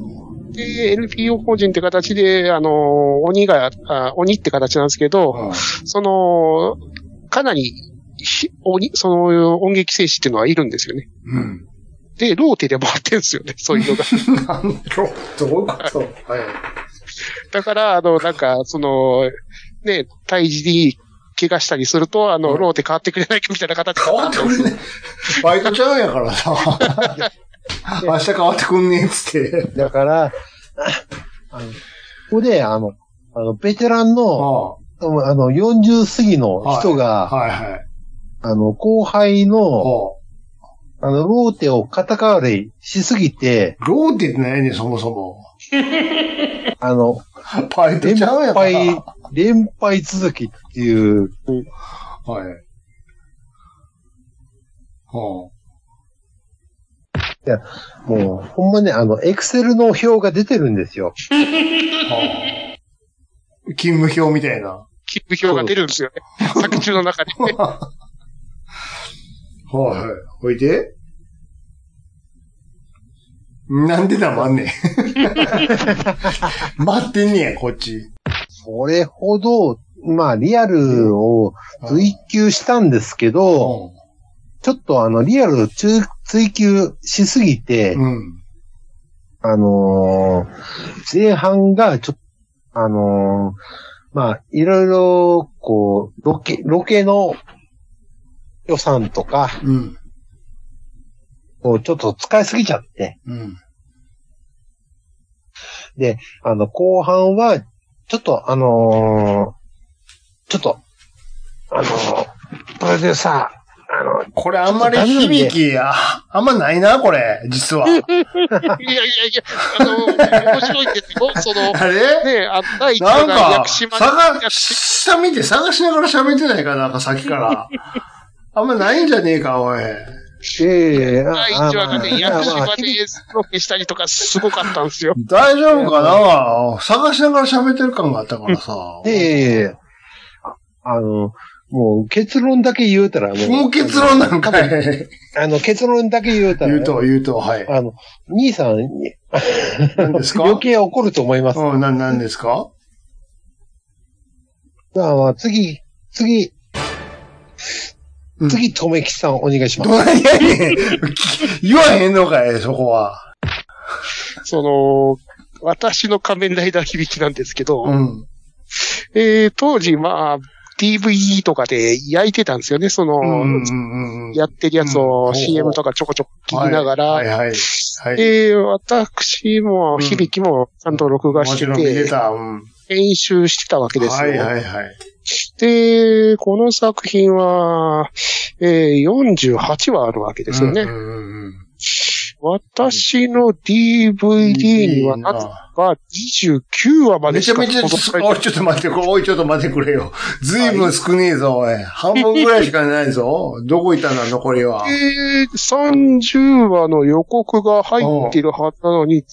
Speaker 4: で、NPO 法人って形で、あの、鬼が、あ鬼って形なんですけど、その、かなり、ひ鬼、その、音劇精子っていうのはいるんですよね。
Speaker 3: うん。
Speaker 4: で、ローテで回ってんすよね、そういう のが。
Speaker 3: なんだろうどういうことはい。
Speaker 4: だから、あの、なんか、その、ね、胎児に怪我したりすると、あの、ローテ変わってくれないかみたいな形
Speaker 3: 変わってくれねえ。バイトちゃうんや からさ。明日変わってくんねえっつって。
Speaker 5: だから、あの、ここで、あの、あの、ベテラン
Speaker 3: あ
Speaker 5: の、
Speaker 3: あ
Speaker 5: あの、40過ぎの人が、
Speaker 3: はいはい。
Speaker 5: あの、後輩の、
Speaker 3: あ
Speaker 5: あの、ローテを肩代わりしすぎて、
Speaker 3: あローテって何やねん、そもそも。
Speaker 5: あの、
Speaker 3: バイト
Speaker 5: 連
Speaker 3: ちゃうんやから。
Speaker 5: 敗、連敗続きっていう、
Speaker 3: はい。は
Speaker 5: もう、ほんまね、あの、エクセルの表が出てるんですよ。
Speaker 3: あ、はあ、勤務表みたいな。
Speaker 4: 勤務表が出るんですよ ね。作中の中で。
Speaker 3: はいはい。おいで。なんで黙 んねん。待ってんねや、こっち。
Speaker 5: それほど、まあ、リアルを追求したんですけど、ちょっとあの、リアルを追追求しすぎて、
Speaker 3: うん。うん。
Speaker 5: あのー前半がちょっと、あのーまあ、いろいろ、こう、ロケ、ロケの予算とか、
Speaker 3: うん。
Speaker 5: をちょっと使いすぎちゃって、
Speaker 3: うん。
Speaker 5: あの、後半は、ちょっと、あのーちょっと、あのープロデューサー、あの、
Speaker 3: これあんまり響き、あ、あんまないな、これ、実は。
Speaker 4: いやいやいや、あの、面白いんですよ。その、
Speaker 3: あれ
Speaker 4: ね、あの、第1
Speaker 3: な
Speaker 4: 話
Speaker 3: ん
Speaker 4: が
Speaker 3: か、
Speaker 4: 薬師丸
Speaker 3: 探、下見て探しながら喋ってないかなんかさっきから。あんまないんじゃねえか、おい。
Speaker 5: ええ
Speaker 4: 第1話がね、薬師
Speaker 5: まあ
Speaker 4: 丸でロケしたりとかすごかったんですよ。
Speaker 3: 大丈夫かな探しながら喋ってる感があったからさ。
Speaker 5: でああの、もう結論だけ言うたらもう、
Speaker 3: もう結論なんかい。
Speaker 5: あの、結論だけ言うたら、
Speaker 3: 言うと、言うと、はい。
Speaker 5: あの、兄さんに、
Speaker 3: 何ですか
Speaker 5: 余計怒ると思います。
Speaker 3: うん、な、なんですか
Speaker 5: まあまあ、次、次、
Speaker 3: うん
Speaker 5: 次、とめきさんお願いしま
Speaker 3: ど
Speaker 5: す。
Speaker 3: ないやねん。言わへんのかい、そこは。
Speaker 4: その、私の仮面ライダー響きなんですけど、
Speaker 3: うん。
Speaker 4: えー当時、まあ、DVD とかで焼いてたんですよね、その、
Speaker 3: うんうんうん。
Speaker 4: やってるやつ
Speaker 3: うんほうほ
Speaker 4: を
Speaker 3: う
Speaker 4: CM とかちょこちょこ聞きながら、
Speaker 3: はいはいはい。はい。
Speaker 4: で、私も、
Speaker 3: うん
Speaker 4: 響きも、ちゃんと録画
Speaker 3: も
Speaker 4: し
Speaker 3: ち
Speaker 4: て
Speaker 3: ろん見れ
Speaker 4: て、
Speaker 3: た。うん。
Speaker 4: 編集してたわけです
Speaker 3: は
Speaker 4: よ。
Speaker 3: いはいはい。
Speaker 4: で、この作品は、えー48話あるわけですよね。
Speaker 3: うんうんうん。
Speaker 4: 私の DVD には、なぜか29話ま
Speaker 3: め
Speaker 4: で
Speaker 3: ち
Speaker 4: し
Speaker 3: ゃ
Speaker 4: か
Speaker 3: めちゃ、
Speaker 4: 届か
Speaker 3: おい、ちょっと待って、これおい、ちょっと待ってくれよ。ずいぶん少ねえぞ、おい。半分ぐらいしかないぞ。どこいたんだ、残りは。
Speaker 4: えー、30話の予告が入ってるはずなのに、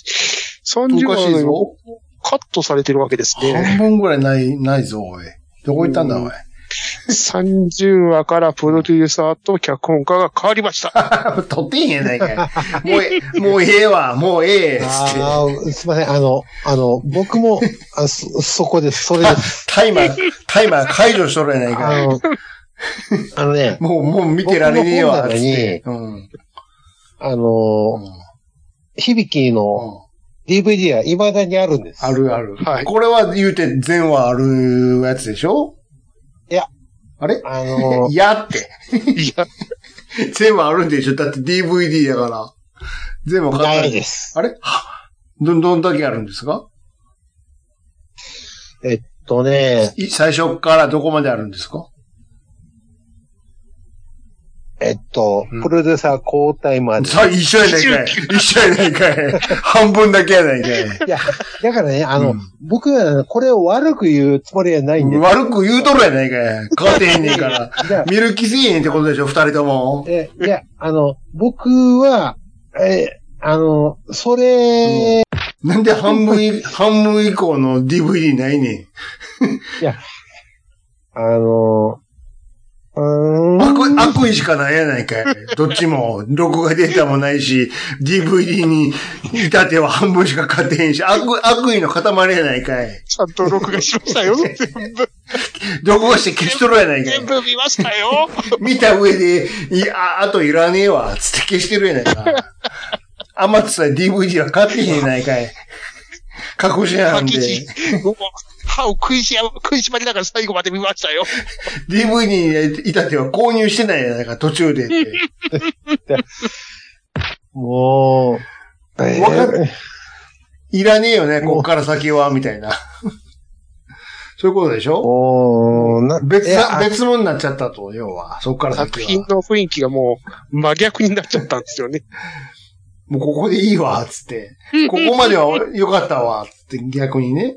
Speaker 4: 30
Speaker 3: おかし
Speaker 4: 話
Speaker 3: い
Speaker 4: の予告
Speaker 3: ぞ。
Speaker 4: カットされてるわけですね。
Speaker 3: 半分ぐらいない、ないぞ、おい。どこいたんだ、おい。
Speaker 4: 30話からプロデューサーと脚本家が変わりました。
Speaker 3: 撮ってんやないかい。もうええ、もうええわ、もうええ、つって。
Speaker 5: ああ、すいません。あの、あの、僕も、あそ、そこです。それです。
Speaker 3: タイマー、タイマー解除しとるやない
Speaker 5: あ
Speaker 3: かい。
Speaker 5: の、あのね、
Speaker 3: もう、もう見てられねえわ、
Speaker 5: 僕の本
Speaker 3: つっ
Speaker 5: 棚に
Speaker 3: て。うん。
Speaker 5: あ
Speaker 3: う
Speaker 5: の、
Speaker 3: ん
Speaker 5: 響きの DVD は未だにあるんです。
Speaker 3: あ。るある。
Speaker 4: はい
Speaker 3: これは言うて、全話あるやつでしょ
Speaker 5: いや。
Speaker 3: あれ
Speaker 5: あの
Speaker 3: い、やって。
Speaker 4: いや、
Speaker 3: 全部あるんでしょだって DVD だから。全部買
Speaker 5: な
Speaker 3: った
Speaker 5: いです。
Speaker 3: あれはど、どんだけあるんですか
Speaker 5: とね、
Speaker 3: い最初からどこまであるんですか
Speaker 5: えっと
Speaker 3: うん、
Speaker 5: プロデューサー交代ま で。
Speaker 3: さ一緒やないかい。一緒やないかい。半分だけやないかい。
Speaker 5: いや、だからね、あ
Speaker 3: う
Speaker 5: の
Speaker 3: ん、
Speaker 5: 僕はこれを悪く言うつもりはないんです。
Speaker 3: 悪く言うとるやないかい。勝てへんねんから。
Speaker 5: じゃあ
Speaker 3: 見る気せえへんってことでしょ、二人とも。
Speaker 5: え、いや、あの、僕は、え、あの、それ、
Speaker 3: なんで半分い、半分以降の DVD ないねん。
Speaker 5: あの、うーん。
Speaker 3: 悪悪意しかないやないかい。どっちも、録画データもないし、DVD に至っては半分しか買ってへんし、悪悪意の塊やないかい。
Speaker 4: ちゃんと録画しましたよ。全部、
Speaker 3: 録画して消しとるやないかい
Speaker 4: 全。部 見ましたよ。
Speaker 3: 見た上で、いや、ああといらねえわ、つって消してるやないか。アマツさん DVD は買ってへんやないかい。隠しなん
Speaker 4: パ
Speaker 3: で
Speaker 4: キ。チ、もう歯を食いしや、食いしばりながら最後まで見ましたよ。
Speaker 3: DVD に至っては購入してないやないか、途中でって。もう、わかる。いらねえよね、こっから先は、みたいな。そういうことでしょ
Speaker 5: おー、な、
Speaker 3: 別
Speaker 5: いや
Speaker 3: さ、別物になっちゃったと、要は。そっから
Speaker 4: 作
Speaker 3: 先
Speaker 4: 品
Speaker 3: は。
Speaker 4: の雰囲気がもう真逆になっちゃったんですよね。
Speaker 3: もうここでいいわ、つ って。ここまでは良かったわ、つって逆にね。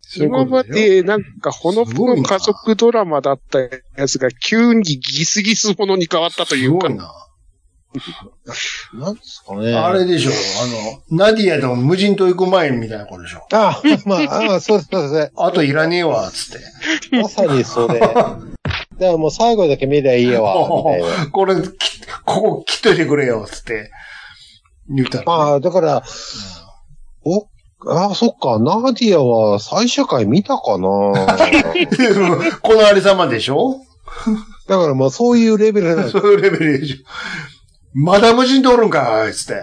Speaker 3: そういうこ
Speaker 4: 今ま
Speaker 3: とでしょ
Speaker 4: でなんかほのぼの家族ドラマだったやつが急にギスギスものに変わったとい
Speaker 3: す
Speaker 4: う
Speaker 3: ご
Speaker 4: か
Speaker 3: い、な。
Speaker 5: なんですかね。
Speaker 3: あれでしょ、あの、ナディアの無人島行く前みたいなことでしょ。
Speaker 5: あ、まあ、あそうです、そうです。
Speaker 3: あといらねえわ、つって。
Speaker 5: まさに それ。だからもう最後だけ見りゃいいわ、みたいな。
Speaker 3: これ、きここ切っといてくれよ、つって。言うたら。
Speaker 5: まあ、だから、お、あ、そっか、ナディアは最終回見 たかな
Speaker 3: このありさまでしょ
Speaker 5: だからまあそういうレベルなんで す
Speaker 3: そういうレベルでしょ。まだ無人島おるんかい、つって。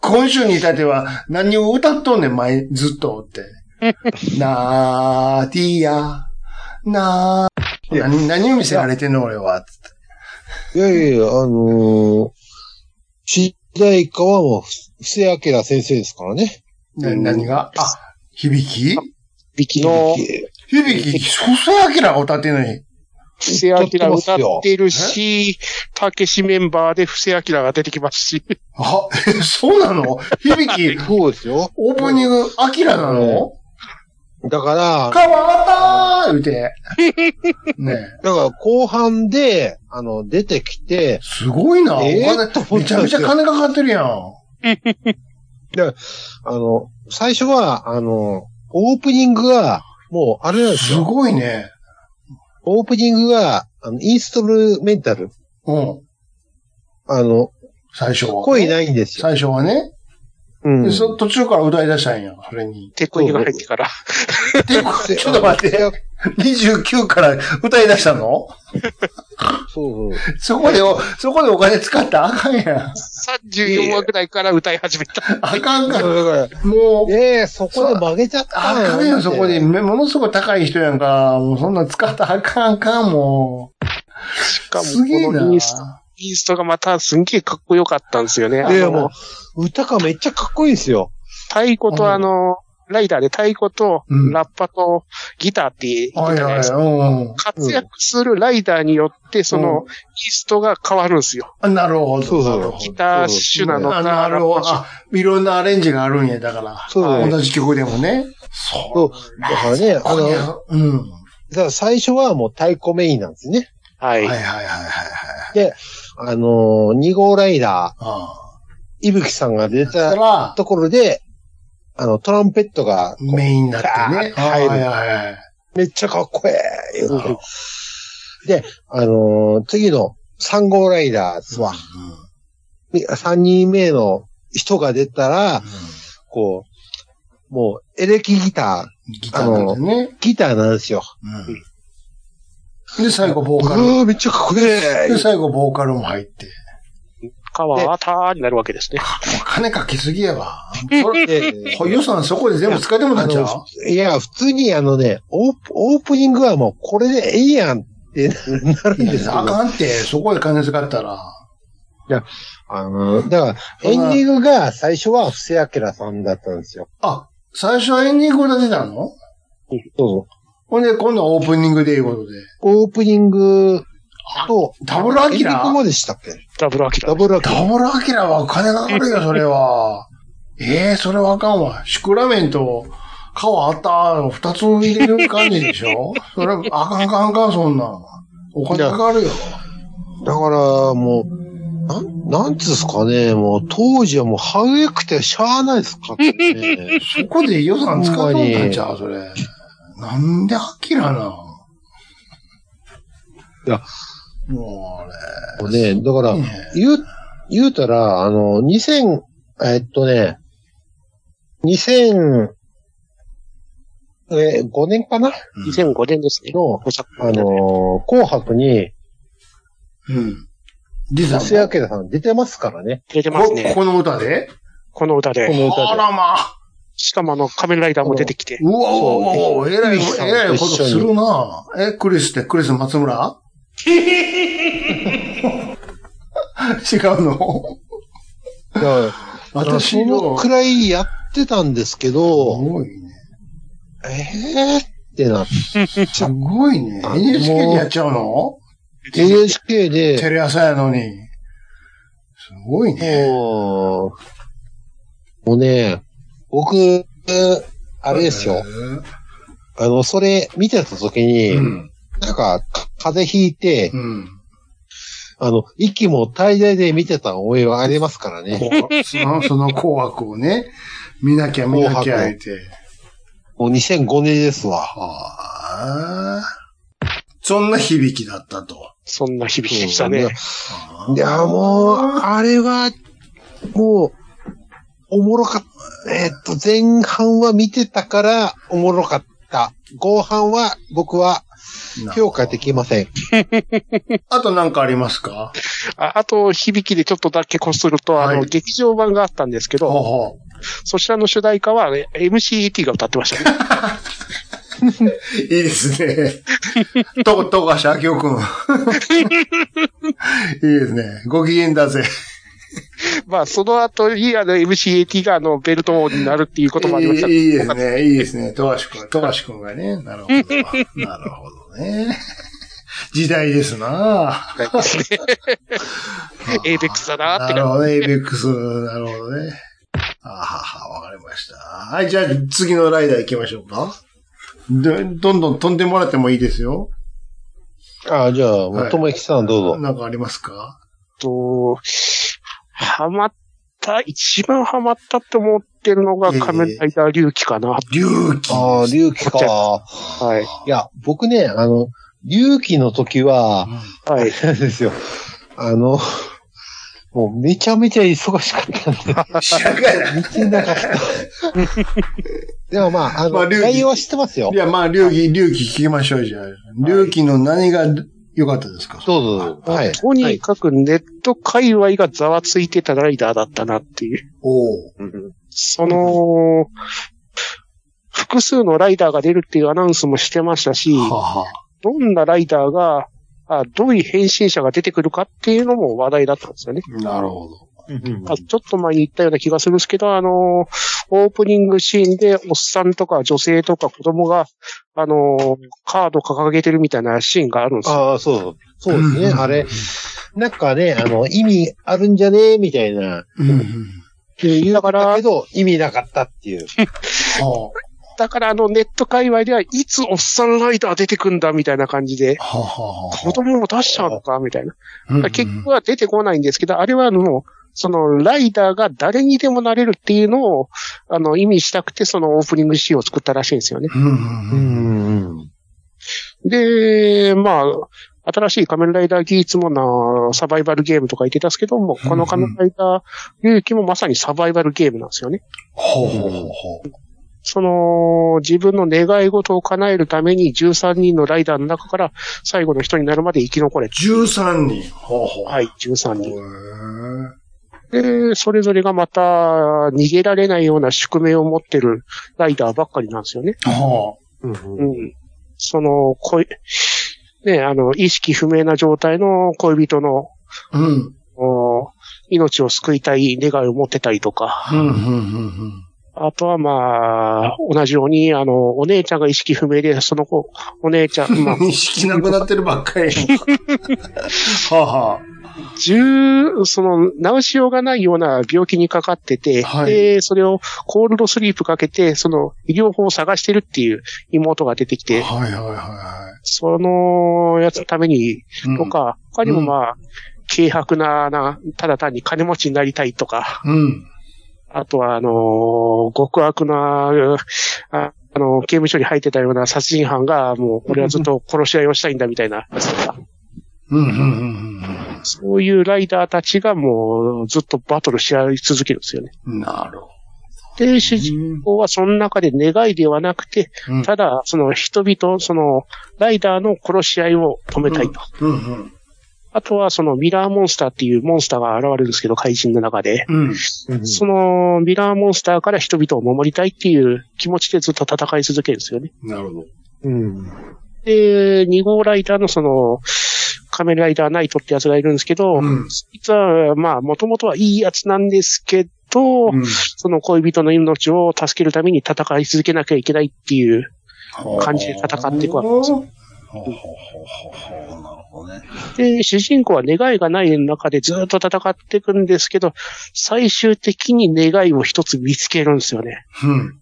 Speaker 3: 今週に至っては何を歌っとんねん、前、ずっとって。なーティーア、なー。何何を見せられてんの、俺は。つって
Speaker 5: いやいや、あのー、主題歌はもう、布施明先生ですからね。
Speaker 3: な何があ、響き
Speaker 4: ビキの
Speaker 3: 響き、細明が歌ってんのに。
Speaker 4: 布施明歌ってるし、たけしメンバーで布施明が出てきますし、
Speaker 3: あ、 え、そうなの響き、
Speaker 5: そうですよ。
Speaker 3: オープニング、アキラなの
Speaker 5: だから、
Speaker 3: 変わったー言うて。ねえ
Speaker 5: だから後半で、あの、出てきて、
Speaker 3: すごいな。お
Speaker 5: えー
Speaker 3: 金
Speaker 5: と思
Speaker 3: め
Speaker 5: っ
Speaker 3: ち
Speaker 5: た
Speaker 3: ゃ
Speaker 5: ん
Speaker 3: め
Speaker 5: で
Speaker 3: ち
Speaker 5: す
Speaker 3: ゃ
Speaker 5: よ
Speaker 3: 金かかってるやん。
Speaker 5: あの、最初は、あの、オープニングが、もう、あれなんです
Speaker 3: す
Speaker 5: よ。
Speaker 3: ごいね。
Speaker 5: オープニングが、あの、インストルメンタル。
Speaker 3: うん。
Speaker 5: あの、
Speaker 3: 最初は。
Speaker 5: 声ないんですよ。
Speaker 3: 最初はね。
Speaker 5: うん。
Speaker 3: でそ途中から歌い出したんや、それに。
Speaker 4: テクニが入ってから。
Speaker 3: でこ ちょっと待って。
Speaker 5: そう
Speaker 3: 29から歌い出したの
Speaker 5: そう。
Speaker 3: そこでお、そこでお金使ったらあかんやん。
Speaker 4: 34話ぐらいから歌い始めた。
Speaker 3: あかん
Speaker 5: だ
Speaker 3: か。
Speaker 5: からら、
Speaker 3: もう、
Speaker 5: ええそこで曲げちゃった
Speaker 3: あ
Speaker 5: の
Speaker 3: かんやん、そこで。。めものすごい高い人やんか。もうそんなん使ったらあかん、あかん、も
Speaker 4: しか
Speaker 3: う。
Speaker 4: も、
Speaker 3: すげえ
Speaker 4: こ
Speaker 3: な
Speaker 4: のイ。ンストインストがまたすんげえかっこよかったんですよね。
Speaker 5: いや、
Speaker 4: あの
Speaker 5: もう、歌がめっちゃかっこいいんですよ。
Speaker 4: 太鼓とあの、ライダーで太鼓と
Speaker 3: うん
Speaker 4: ラッパとギターって言っ
Speaker 3: はい
Speaker 4: てたじゃな
Speaker 3: は
Speaker 4: い
Speaker 3: い、
Speaker 4: ですか。
Speaker 3: うん。
Speaker 4: 活躍するライダーによって、その、インストが変わるんですよ。
Speaker 3: あなるほど。
Speaker 5: そうそう
Speaker 3: なるほど
Speaker 4: ギター手なの
Speaker 3: あ
Speaker 4: か、
Speaker 3: なるほど。
Speaker 4: ラッ
Speaker 3: あ、いろんなアレンジがあるんや、だから。
Speaker 5: そうです
Speaker 3: 同じ曲でもね。そ
Speaker 5: そう。だからね、あ
Speaker 3: こ
Speaker 5: の、
Speaker 3: れ
Speaker 5: だか
Speaker 3: うん。は
Speaker 5: ら最初はもう太鼓メインなんですね。
Speaker 4: パは いい。
Speaker 3: はいはいはいはい。
Speaker 5: あの、2号ライダー、
Speaker 3: あ
Speaker 5: いぶきさんが出
Speaker 3: あ。だか
Speaker 5: た
Speaker 3: ら、
Speaker 5: ところで、あの、トランペットが、こう
Speaker 3: メインになってね。
Speaker 5: ガーッ
Speaker 3: はい
Speaker 5: て入る
Speaker 3: はいはい。
Speaker 5: めっちゃかっこええ言うてで、あのー次の3号ライダーズは、3人目の人が出たら、こう、もうエレキギ
Speaker 3: う
Speaker 5: タ
Speaker 3: んギターなんでね
Speaker 5: ー、。ギターなんですよ。
Speaker 3: うんで、最後ボ
Speaker 5: う
Speaker 3: ーカル。
Speaker 5: わーめっちゃかっこええ
Speaker 3: で、最後ボーカルも入って。
Speaker 4: 川あたーになるわけですね。
Speaker 3: もう金かけすぎやわ。
Speaker 5: それで
Speaker 3: これ予算そこで全部使ってもらっちゃう
Speaker 5: あいや、普通にあのね、オープオープニングはもうこれでええやんってなるん
Speaker 3: いや
Speaker 5: です
Speaker 3: あ
Speaker 5: よ。
Speaker 3: かんって、そこで金使ったら。
Speaker 5: あのー、だから、
Speaker 3: そ
Speaker 5: エ
Speaker 3: ん
Speaker 5: ン
Speaker 3: な
Speaker 5: ディングが最初は布施明さんだったんですよ。
Speaker 3: あ、最初はエンディング歌ってたの
Speaker 5: そう
Speaker 3: ほんで、今度はオープニングでいうことで。
Speaker 5: オープニングと、
Speaker 3: ダブルアキラ
Speaker 5: エンディングまでしたっけ
Speaker 4: ダブルアキラ
Speaker 5: ダ。ブルアキラ。
Speaker 3: ダブルアキラはお金がかかるよ、それ は。ええそれはあかんわ。シクラメンと、川あったの二つ入れる感じでし ょそれ、あかんあかんあかん、そんなん。お金かかるよ。。
Speaker 5: だから、もう、なん、なんつうんすかね、もう当時はもうハウエくてしゃあないですかってね
Speaker 3: そこで予算使っとんだんちゃう、それ。なんでアキラなん
Speaker 5: いや、
Speaker 3: も
Speaker 5: もうね、だか
Speaker 3: う
Speaker 5: ら
Speaker 3: 俺、、ね、
Speaker 5: 言う、言うたら、あの、2000、えっとね、2000、え、5年かな
Speaker 4: 2005年ですね。
Speaker 5: の、
Speaker 4: 小作
Speaker 5: あの、紅白に、
Speaker 3: うん。リザ
Speaker 5: 布施
Speaker 3: も
Speaker 5: 明さん出てますからね。
Speaker 4: 出てます
Speaker 3: こ、こ
Speaker 4: ね。
Speaker 3: この歌で
Speaker 4: この歌
Speaker 5: こ
Speaker 4: で。
Speaker 5: の
Speaker 3: あ
Speaker 5: 歌で。
Speaker 3: らまあ。
Speaker 4: しかもあの、仮面ライダーも出てきて。
Speaker 3: うわうわうわうわ、えらい、
Speaker 5: そう
Speaker 3: えらいこと
Speaker 5: 一緒に
Speaker 3: するなえ、クリスって、クリス松村 違うの
Speaker 5: だから
Speaker 3: 私
Speaker 5: その
Speaker 3: の、
Speaker 5: く
Speaker 3: す
Speaker 5: らいやってたんですけど、
Speaker 3: ごいね。
Speaker 5: ええー、ってなって、
Speaker 3: すごいね。
Speaker 5: あ
Speaker 3: NHK
Speaker 5: もう
Speaker 3: でやっちゃうの
Speaker 5: NHK で、
Speaker 3: テレ朝やのに。すごいね。
Speaker 5: もう、もうね、僕、あれですよ。あの、それ見てた時に、
Speaker 3: うん。
Speaker 5: なんか、か風邪ひいて、
Speaker 3: うん。
Speaker 5: あの、息も滞在で見てた思いはありますからね。
Speaker 3: その、その紅白をね、見なきゃ見なきゃ言うて。
Speaker 5: もう2005年ですわ。
Speaker 3: はあ。そんな響きだったと。
Speaker 4: そんな響きでしたね。
Speaker 5: いや、もう、あれは、もう、おもろかった。えーっと、前半は見てたから、おもろかった。後半は、僕は、評価できません。
Speaker 3: あとなんかありますか
Speaker 4: ああと、響きでちょっとだけこすると、あ
Speaker 3: は
Speaker 4: の、
Speaker 3: い
Speaker 4: 劇場版があったんですけ
Speaker 3: ほう
Speaker 4: ど、
Speaker 3: ほう
Speaker 4: そちらの主題歌は、ね、MCET が歌ってましたね。
Speaker 3: いいですね。 と、とがしあきお くん。いいですね。ご機嫌だぜ。
Speaker 4: まあ、その後に、あの、MCET が、あの、ベルト王になるっていうこともあ
Speaker 3: い
Speaker 4: りましたけど
Speaker 3: いいいですね。いいですね。とがしくん、とがしくんがね。なるほど。 なるほどね。時代ですな
Speaker 4: エイベックスだなっ
Speaker 3: な
Speaker 4: て
Speaker 3: る
Speaker 4: 感
Speaker 3: ほどね。エイベックス。なるほどね。あはは、わかりました。はい、じゃあ次のライダー行きましょうか。でどんどん飛んでもらってもいいですよ。
Speaker 5: ああ、じゃあ、も
Speaker 3: はいう
Speaker 5: ともきさんどうぞ。
Speaker 3: なんかありますか
Speaker 4: じと、ハマった、一番ハマったって思ってるのが
Speaker 3: ええ
Speaker 4: 仮面ライダー龍騎かな。
Speaker 3: 龍騎。
Speaker 5: ああ、隆起
Speaker 4: こっち
Speaker 5: か。
Speaker 4: はい。
Speaker 5: いや、僕ね、あの、隆起の時は、
Speaker 4: はい。
Speaker 5: あれですよ。あの、もうめちゃめちゃ忙しかったん で、
Speaker 3: 知らんがな
Speaker 5: 見てなかった。でもまあ、あ
Speaker 3: まあ
Speaker 5: の、
Speaker 3: 隆起
Speaker 5: 内容は知ってますよ
Speaker 3: い。や、まあ、龍騎、龍騎聞きましょう、じゃあ。龍騎の何が良かったですか
Speaker 5: どうぞどうぞ。はい。
Speaker 4: とにかくネット界隈がざわついてたライダーだったなっていう。
Speaker 3: おう
Speaker 4: その、複数のライダーが出るっていうアナウンスもしてましたし、
Speaker 3: はは。
Speaker 4: どんなライダーが、あどういう変身者が出てくるかっていうのも話題だったんですよね。
Speaker 3: なるほど。
Speaker 4: あちょっと前に言ったような気がするんですけど、あのーオープニングシーンで、おっさんとか女性とか子供が、あのーカード掲げてるみたいなシーンがあるんですよ。
Speaker 5: ああ、そうそう。そうですね。
Speaker 3: うん
Speaker 5: あれ、なんかね、あの、意味あるんじゃねえみたいな。
Speaker 3: うんうん。
Speaker 5: 言
Speaker 4: だ
Speaker 5: う
Speaker 4: か
Speaker 5: からら、けど、意味なかったっていう。
Speaker 3: は
Speaker 4: だからあのネット界隈では、いつおっさんライダー出てくんだみたいな感じで、
Speaker 3: あはあは
Speaker 4: 子供も出しちゃうのかみたいな。
Speaker 3: あはあ。
Speaker 4: 結局は出てこないんですけど、あれはあの、そのライダーが誰にでもなれるっていうのを、あの、意味したくて、そのオープニングシーンを作ったらしいんですよね。
Speaker 3: うんうんうん。
Speaker 5: ん。
Speaker 4: で、まあ、新しい仮面ライダー技術もな、サバイバルゲームとか言ってたんですけども、この仮面ライダー勇気もまさにサバイバルゲームなんですよね。
Speaker 3: ほうほうほうほう。
Speaker 4: その、自分の願い事を叶えるために13人のライダーの中から最後の人になるまで生き残れ。
Speaker 3: 13人。ほうほう。。
Speaker 4: はいい、13
Speaker 3: へえ
Speaker 4: 人。で、それぞれがまた逃げられないような宿命を持ってるライダーばっかりなんですよね。
Speaker 3: は
Speaker 4: うん。その、恋、ね、あの、意識不明な状態の恋人の、
Speaker 3: あ。うん。
Speaker 4: お命を救いたい願いを持ってたりとか、
Speaker 3: うん、うん、うん、
Speaker 4: あとはまあ、同じように、あの、お姉ちゃんが意識不明で、その子、お姉ちゃん、まあ
Speaker 3: う、ん。意識なくなってるばっかりやんか。はあは
Speaker 4: 十、その、治しようがないような病気にかかってて、
Speaker 3: はい
Speaker 4: で、それをコールドスリープかけて、その、医療法を探してるっていう妹が出てき
Speaker 3: あ。
Speaker 4: て、
Speaker 3: はいはいはいは
Speaker 4: そのやつのために、
Speaker 3: い。
Speaker 4: とか、他にもまあ、軽薄な、な、ただ単に金持ちになりたいとか、
Speaker 3: うん。うん。
Speaker 4: あとは、あのー極悪な、うああの、刑務所に入ってたような殺人犯が、もう、俺はずっと殺し合いをしたいんだみたいなやつとか、
Speaker 3: うん、うん、うんうん。
Speaker 4: そういうライダーたちがもう、ずっとバトルし合い続けるんですよね。
Speaker 3: なるほ
Speaker 4: で、主人公はその中で願いではなくて、
Speaker 3: うん
Speaker 4: ただ、その人々、その、ライダーの殺し合いを止めたいと。
Speaker 3: ど。うんうん。
Speaker 4: あとはそのミラーモンスターっていうモンスターが現れるんですけど、怪人の中で。
Speaker 3: うん。
Speaker 4: そのミラーモンスターから人々を守りたいっていう気持ちでずっと戦い続けるんですよね。
Speaker 3: なるほど。
Speaker 5: うん。
Speaker 4: で、2号ライダーのその、仮面ライダーナイトってやつがいるんですけど、
Speaker 3: うん
Speaker 4: 実は、まあ、もともとはいいやつなんですけど、
Speaker 3: うん。
Speaker 4: その恋人の命を助けるために戦い続けなきゃいけないっていう感じで
Speaker 6: は
Speaker 4: 戦っていくわけですよ。
Speaker 3: おー
Speaker 6: あほうほうほうほうなるほどね。
Speaker 4: で、主人公は願いがない中でずっと戦っていくんですけど、最終的に願いを一つ見つけるんですよね。
Speaker 3: うん。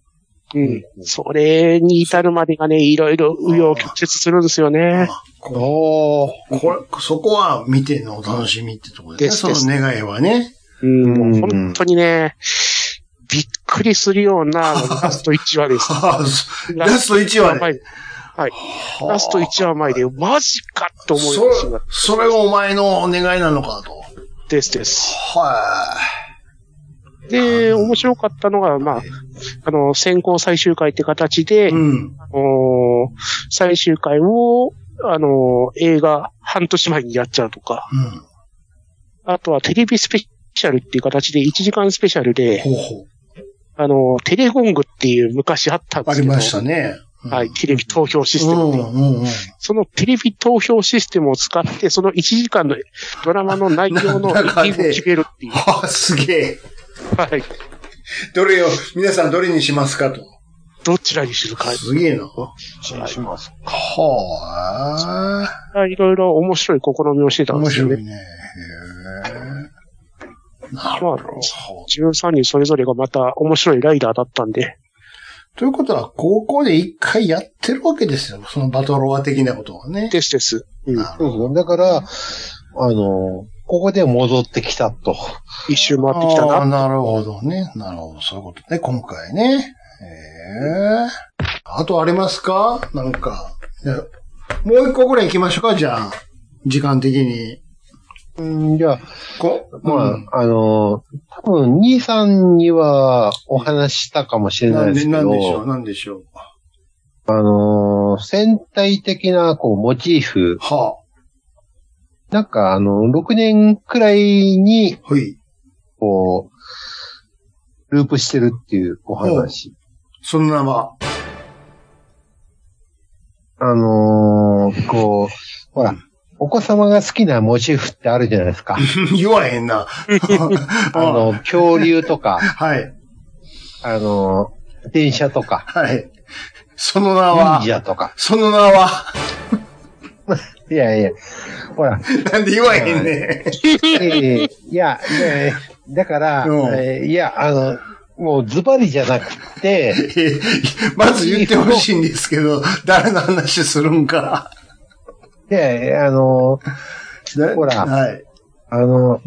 Speaker 4: うん。それに至るまでがね、いろいろ紆余曲折するんですよね。
Speaker 3: こ
Speaker 5: おー。
Speaker 3: これ、そこは見てのお楽しみってところで
Speaker 4: ですす
Speaker 3: ね。
Speaker 4: です
Speaker 3: その願いは ね。
Speaker 4: うん、もう
Speaker 5: うん
Speaker 4: 本当にね、びっくりするようなラスト1話です。
Speaker 3: はあラスト1話で。
Speaker 4: で。はい。ラスト1話前で、マジかと思い
Speaker 3: そ
Speaker 4: ま
Speaker 3: れ
Speaker 4: したが、
Speaker 3: それがお前のお願いなのかと。
Speaker 4: ですです。
Speaker 3: は
Speaker 4: で、面白かったのが、まあ、あの、先行最終回って形で、
Speaker 3: い。うん。
Speaker 4: おー最終回を、あのー映画半年前にやっちゃうとか、
Speaker 3: うん。
Speaker 4: あとはテレビスペシャルっていう形で1時間スペシャルで、
Speaker 3: ほうほう。
Speaker 4: あのーテレゴングっていう昔あったんで
Speaker 3: あ
Speaker 4: す
Speaker 3: り
Speaker 4: けど、
Speaker 3: ましたね。
Speaker 4: はい、テレビ投票シ
Speaker 3: う
Speaker 4: ステム
Speaker 3: ん。
Speaker 4: って
Speaker 3: う
Speaker 4: いうん
Speaker 3: うんうん。
Speaker 4: そのテレビ投票システムを使って、その1時間のドラマの内容 の
Speaker 3: 中で
Speaker 4: 一部を決めるっていう。
Speaker 3: はあ、すげえ。
Speaker 4: はい。
Speaker 3: どれを、皆さんどれにしますかと。
Speaker 4: どちらにするか。
Speaker 3: すげえな。は
Speaker 5: します。
Speaker 3: あ。
Speaker 4: いろいろ面白い試みをしてたん
Speaker 3: 面
Speaker 4: ですよ
Speaker 3: 白
Speaker 4: ね
Speaker 3: い。ね。へえなるほ
Speaker 4: まあ
Speaker 3: ど。
Speaker 4: 13人それぞれがまた面白いライダーだったんで。
Speaker 3: ということは、高校で一回やってるわけですよ。そのバトロワ的なことはね。
Speaker 4: ですです。うん。
Speaker 5: そうそう。だから、あの、ここで戻ってきたと。
Speaker 4: 一周回ってきた
Speaker 3: あー
Speaker 4: な。
Speaker 3: なるほどね。なるほど。そういうことね。今回ね。ええあとありますかなんか。いやもう一個ぐらい行きましょうかじゃあ。時間的に。
Speaker 5: うん、じゃあ、
Speaker 3: こ
Speaker 5: まあ、
Speaker 3: うん
Speaker 5: あの、多分、兄さんにはお話ししたかもしれな
Speaker 3: ないん
Speaker 5: で
Speaker 3: で、
Speaker 5: すけ
Speaker 3: なんでしょ
Speaker 5: ど、
Speaker 3: うなんでしょう
Speaker 5: あの、戦隊的な、こう、モチーフ、
Speaker 3: は
Speaker 5: なんか、あの、6年くらいに、
Speaker 3: あ、はい。
Speaker 5: こう、ループしてるっていうお話。
Speaker 3: その名は。
Speaker 5: あのーこう、ほら、お子様が好きなモチーフってあるじゃないですか。
Speaker 3: 言わへんな。
Speaker 5: あの、恐竜 とか、
Speaker 3: はい。
Speaker 5: あのー電車とか、
Speaker 3: はい。その名は
Speaker 5: 忍、者とか。
Speaker 3: その名は、
Speaker 5: いやいや、ほら、
Speaker 3: なんで言わへんね。
Speaker 5: ええいや、ねだから、
Speaker 3: うん
Speaker 5: えーいや、あの、もうズバリじゃなくて、
Speaker 3: えーまず言ってほしいんですけ ど、誰の話するんか。
Speaker 5: で、あの、ほら
Speaker 3: はい。
Speaker 5: あの、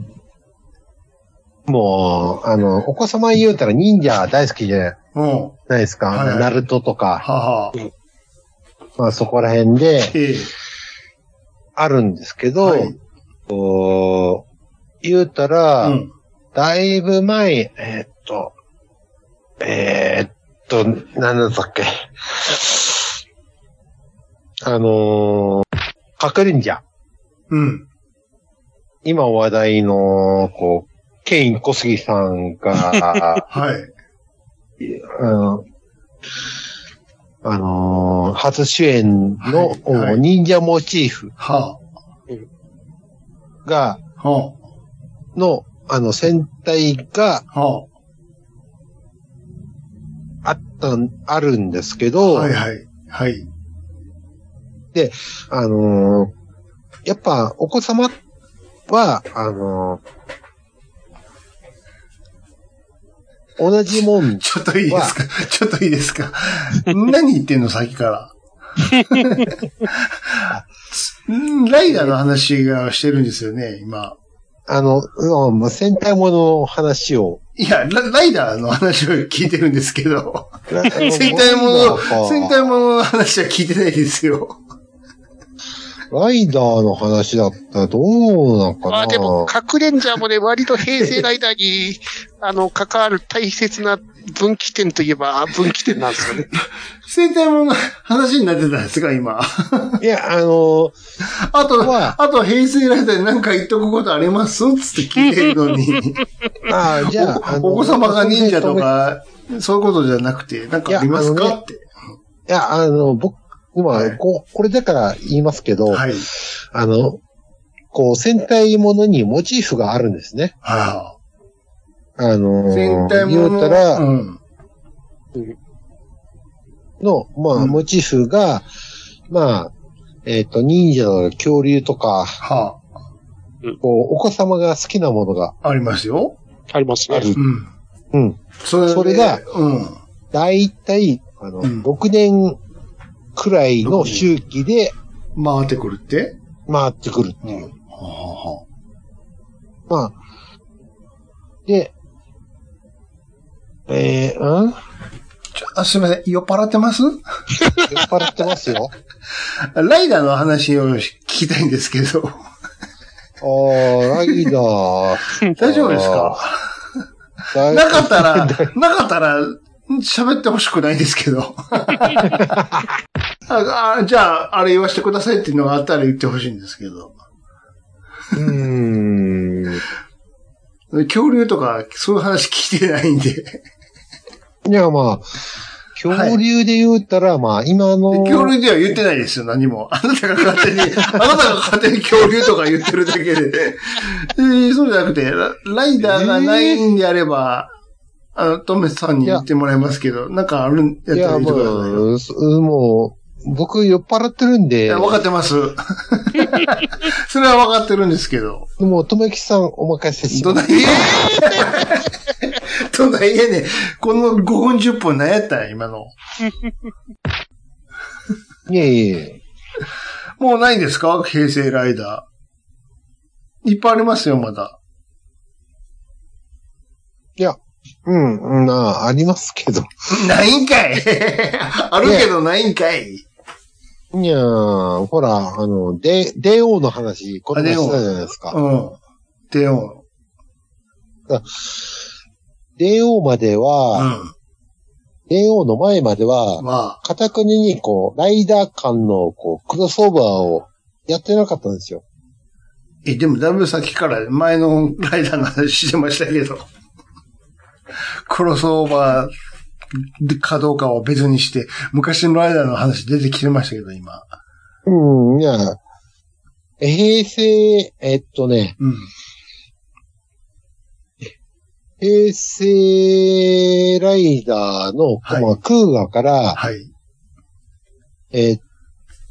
Speaker 5: もう、あの、お子様言うたら忍者大好きじゃ
Speaker 3: うん。は
Speaker 5: ないですか。
Speaker 3: はいはい
Speaker 5: ナルトとか、
Speaker 3: は。
Speaker 5: まあそこら辺で
Speaker 3: ええ
Speaker 5: あるんですけど、
Speaker 3: はい
Speaker 5: こう言うたら、
Speaker 3: うん。
Speaker 5: だいぶ前、えーっと、えーっと、なんだったっけ。あのー、隠れんじゃ。
Speaker 3: うん。、
Speaker 5: 今話題の、こう、ケイン小杉さんが
Speaker 3: はい。
Speaker 5: あの、あのー初主演の、
Speaker 3: はいはい
Speaker 5: お忍者モチーフ
Speaker 3: は
Speaker 5: が、
Speaker 3: あ。は
Speaker 5: の、あの、戦隊が
Speaker 3: あ。は
Speaker 5: あったん、あるんですけ
Speaker 3: あ。
Speaker 5: ど、
Speaker 3: はいはい。はい。
Speaker 5: あのーやっぱお子様は、あのー同じもん、
Speaker 3: ちょっといいですかちょっといいですか何言ってんのさっき から。うんライダーの話がしてるんですよね、今。
Speaker 5: あの、うんまあ戦隊ものの話 を。
Speaker 3: いやラ、ライダーの話を聞いてるんですけど、
Speaker 5: 戦
Speaker 3: 戦隊もの、戦隊
Speaker 5: も
Speaker 3: ものの話は聞いてないですよ。
Speaker 5: ライダーの話だったらどうなんかな
Speaker 4: あ、でも、核レンジャーもね、割と平成ライダーに、 あの、関わる大切な分岐点といえば分岐点なんですよね。
Speaker 3: 生体もの話になってたんですか、今。
Speaker 5: いや、あの、
Speaker 3: あと、
Speaker 5: は
Speaker 3: あと平成ライダーに何か言っとくことありますつって聞いてるのに。
Speaker 5: あ じゃあ、あの
Speaker 3: おお子様が忍者と。か、そういうことじゃなくて、なんかあります
Speaker 5: いやあ
Speaker 3: か
Speaker 5: のね
Speaker 3: って。
Speaker 5: いや、あの、僕、今、
Speaker 3: はい
Speaker 5: こう、これだから言いますけど、
Speaker 3: はい。
Speaker 5: あの、こう、戦隊ものにモチーフがあるんですね。
Speaker 3: は
Speaker 5: あの
Speaker 3: い。
Speaker 5: ー、
Speaker 3: 全体も
Speaker 5: 言
Speaker 3: の。
Speaker 5: うたら、
Speaker 3: うん。
Speaker 5: の、ま
Speaker 3: う
Speaker 5: あ、
Speaker 3: ん
Speaker 5: モチーフが、まあ、えっ、と、忍者とか恐竜とか、
Speaker 3: は
Speaker 5: こう、お子様が好きなものが
Speaker 3: あ、ありますよ。
Speaker 4: あります
Speaker 5: あ
Speaker 4: ね。
Speaker 5: る。
Speaker 3: うん。
Speaker 5: うん。
Speaker 3: そ
Speaker 5: それが、
Speaker 3: うん。
Speaker 5: だいたい、あの、
Speaker 3: うん
Speaker 5: 6年くらいの周期で
Speaker 3: 回ってくるって
Speaker 5: 回ってくる。
Speaker 3: うん。はあは
Speaker 5: まあ、で、えー、うん酔
Speaker 3: あちょあすみません。酔っ払ってます
Speaker 5: っ払ってますよ。
Speaker 3: ライダーの話を聞きたいんですけど。
Speaker 5: あー、ライダー。
Speaker 3: 大丈夫ですか
Speaker 5: だい
Speaker 3: なかったら、なかったら、喋ってほしくないですけど。ああじゃあ、あれ言わせてくださいっていうのがあったら言ってほしいんですけど。
Speaker 5: うーん。
Speaker 3: 恐竜とか、そういう話聞いてないんで。
Speaker 5: いや、まあ、恐竜で言うたら、まあ、今の、
Speaker 3: 恐竜では言ってないですよ、何も。あなたが勝手に、あなたが勝手に恐竜とか言ってるだけで。えーそうじゃなくて、ラライダーがないんであれば、あの、トメさんに言ってもらいますけど、なんかあるんやっ
Speaker 5: い
Speaker 3: たら言っ
Speaker 5: や、
Speaker 3: て
Speaker 5: も
Speaker 3: くださいよ。
Speaker 5: う、そもう、僕酔っ払ってるん
Speaker 3: い
Speaker 5: で
Speaker 3: や、、分かってます。それは分かってるんですけど。
Speaker 5: もう、とめきさんお任せし
Speaker 3: どな
Speaker 5: ま
Speaker 3: い
Speaker 5: す。
Speaker 3: えどないえねんこの5分10分何やったん今の。
Speaker 5: いやいやいや
Speaker 3: もうないんですか平成ライダー。いっぱいありますよ、まだ。
Speaker 5: うん、まあ、ありますけど。
Speaker 3: ないんかい あるけどないんかい
Speaker 5: いやー、ほら、あの、で、電王の話、この前したじゃないですか。
Speaker 3: うん。でも、
Speaker 5: 電王まで
Speaker 3: う
Speaker 5: は、
Speaker 3: ん。
Speaker 5: 電王の前までは、
Speaker 3: まあ、
Speaker 5: カタクニにこう、ライダー間のこう、クロスオーバーをやってなかったんですよ。
Speaker 3: え、でもだいぶ先から前のライダーの話してましたけど。クロスオーバーかどうかを別にして、昔のライダーの話出てきてましたけど、今。
Speaker 5: うん、いや、平成、えっとね、
Speaker 3: うん。
Speaker 5: 平成ライダーの、
Speaker 3: はい
Speaker 5: まあ、クーガから、
Speaker 3: はい。
Speaker 5: えっ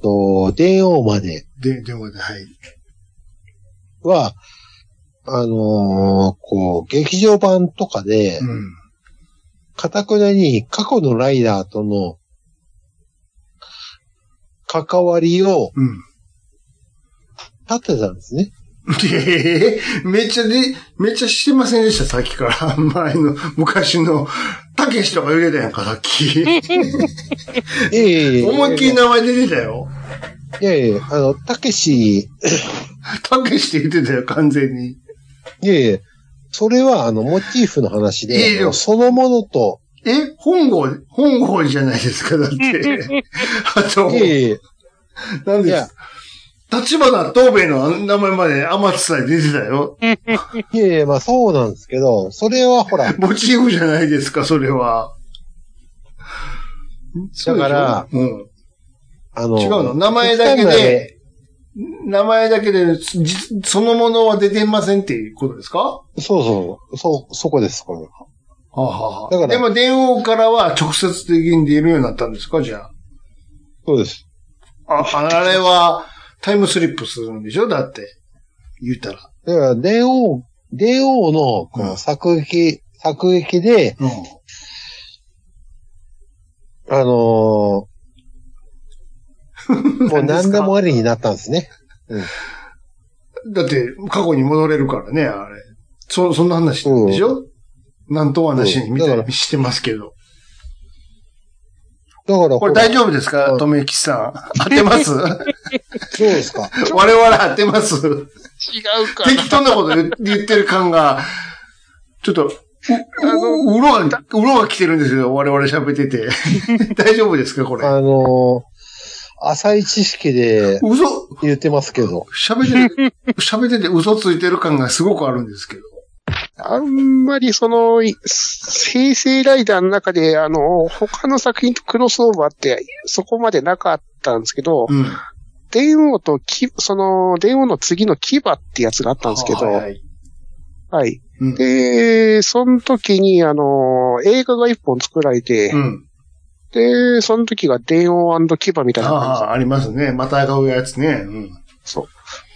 Speaker 5: と、電王まで
Speaker 3: で、でも、はい。
Speaker 5: は、あのーこう、劇場版とかで
Speaker 3: う、ん。
Speaker 5: かたくなに過去のライダーとの関わりを
Speaker 3: うん。
Speaker 5: 立てたんで すね。
Speaker 3: ええめっちゃで、 めっちゃしてませんでした、さっきから。 前の、昔の、たけしとか言うてたやんか、さっき。
Speaker 5: ええ
Speaker 3: 思いっきり
Speaker 5: な。
Speaker 3: 名前出てたよ。
Speaker 5: いやいや、あの、たけし、
Speaker 3: たけしって言ってたよ、完全に。
Speaker 5: いやいや、それはあの、モチーフの話
Speaker 3: いやい
Speaker 5: で、
Speaker 3: や
Speaker 5: そのものと、
Speaker 3: え本郷、本郷じゃないですか、だって。 あと
Speaker 5: い、やいや、
Speaker 3: 何
Speaker 5: い
Speaker 3: で
Speaker 5: や
Speaker 3: す立花東兵衛の名前まで天津さん出てたよ。
Speaker 5: いやいや、まあそうなんですけど、それはほら、
Speaker 3: モチーフじゃないですか、それは。
Speaker 5: だから
Speaker 3: そうでしょ、うん。
Speaker 5: あの、
Speaker 3: 違うの名前だけで、名前だけで、じそのものは出てませんっていうことですかは
Speaker 5: そうそう、そう、そこです、これ。
Speaker 3: あはあ
Speaker 5: だから
Speaker 3: でも、電王からは直接的に出るようになったんですかじゃ
Speaker 5: そうです。
Speaker 3: あ。あ、あれは、タイムスリップするんでしょだって、言ったら。
Speaker 5: だから、電王、電王の、こ
Speaker 3: うん
Speaker 5: の作劇、作劇で、
Speaker 3: うん。
Speaker 5: あ のーもう何でもありになったんですね。
Speaker 3: だって、過去に戻れるからね、あれ。そ、そんな話なんでしょ、なんと話にみたいにしてますけど。
Speaker 5: だからほ
Speaker 3: これ
Speaker 5: ら、
Speaker 3: 大丈夫ですかとめきさん。当て ます我
Speaker 5: そうです か。
Speaker 3: 々当てます
Speaker 4: 違うか
Speaker 3: 適当なこと言言ってる感が、ちょっと、う、ううろが、うろが来てるんですけど、我々喋って て。大丈夫ですかこれ。
Speaker 5: あのー浅い知識で
Speaker 3: 嘘、
Speaker 5: 言ってますけど。
Speaker 3: 喋ってて、 喋ってて嘘ついてる感がすごくあるんですけど。
Speaker 4: あんまりその、い生成ライダーの中で、あの、他の作品とクロスオーバーってそこまでなかったんですけど、
Speaker 3: うん。
Speaker 4: 電王とき、その、電王の次の牙ってやつがあったんですけど、
Speaker 3: はい
Speaker 4: は、
Speaker 3: はいいうん
Speaker 4: で、その時に、あの、映画が一本作られて、
Speaker 3: うん。
Speaker 4: で、その時が電王牙みたい
Speaker 3: あ
Speaker 4: な感じ
Speaker 3: あ、ありますね。また買うやつね。うん。
Speaker 4: そう。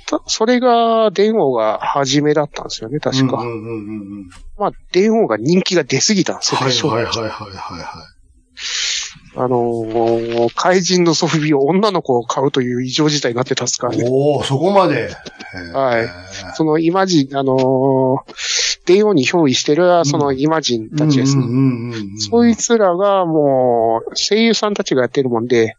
Speaker 4: たそれが、電王が初めだったんですよね、確か。
Speaker 3: うんうんうんうんうん。
Speaker 4: まあ、電王が人気が出すぎたんですよ、
Speaker 3: はい
Speaker 4: 正直
Speaker 3: はいはいはいはいは
Speaker 4: あのー怪人のソフビを女の子を買うという異常事態になってたっすから
Speaker 3: い。
Speaker 4: ね。
Speaker 3: おおそこまで。
Speaker 4: はい
Speaker 3: へー
Speaker 4: そのイマジン、あのー、電王に憑依してる、そのイマジンたちです
Speaker 3: う
Speaker 4: ね。
Speaker 3: んうんうんうん
Speaker 4: そいつらがもう、声優さんたちがやってるもんで、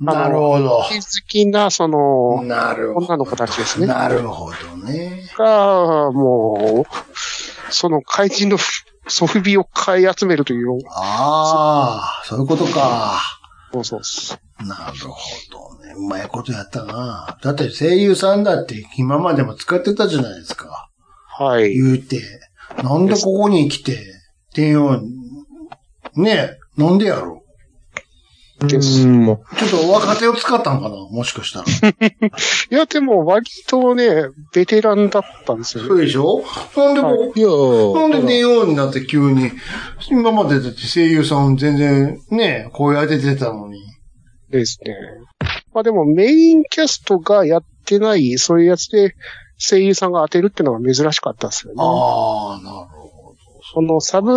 Speaker 3: なるほど。
Speaker 4: 好きな、その、
Speaker 3: なるほど。
Speaker 4: 女の子たちですね
Speaker 3: なるほどね。
Speaker 4: が、もう、その怪人のソフビを買い集めるという、
Speaker 3: ああ、そういうことか。
Speaker 4: そうそうそう。
Speaker 3: なるほどね。うまいことやったな。だって声優さんだって今までも使ってたじゃないですか。
Speaker 4: はい。
Speaker 3: 言うて。なんでここに来て、電話、ねえ、なんでやろ
Speaker 4: です
Speaker 5: うんも
Speaker 3: う。ちょっと若手を使ったのかなもしかしたら。
Speaker 4: いや、でも割とね、ベテランだったんですよね
Speaker 3: そ。うでしょなんでこ
Speaker 5: ういや
Speaker 3: なんで
Speaker 5: ー
Speaker 3: 電王になって急に、今までだって声優さん全然ね、声当ててたのに。
Speaker 4: ですね。まあでもメインキャストがやってない、そういうやつで声優さんが当てるってのが珍しかったですよね。
Speaker 3: ああ、なるほ
Speaker 4: そのサブ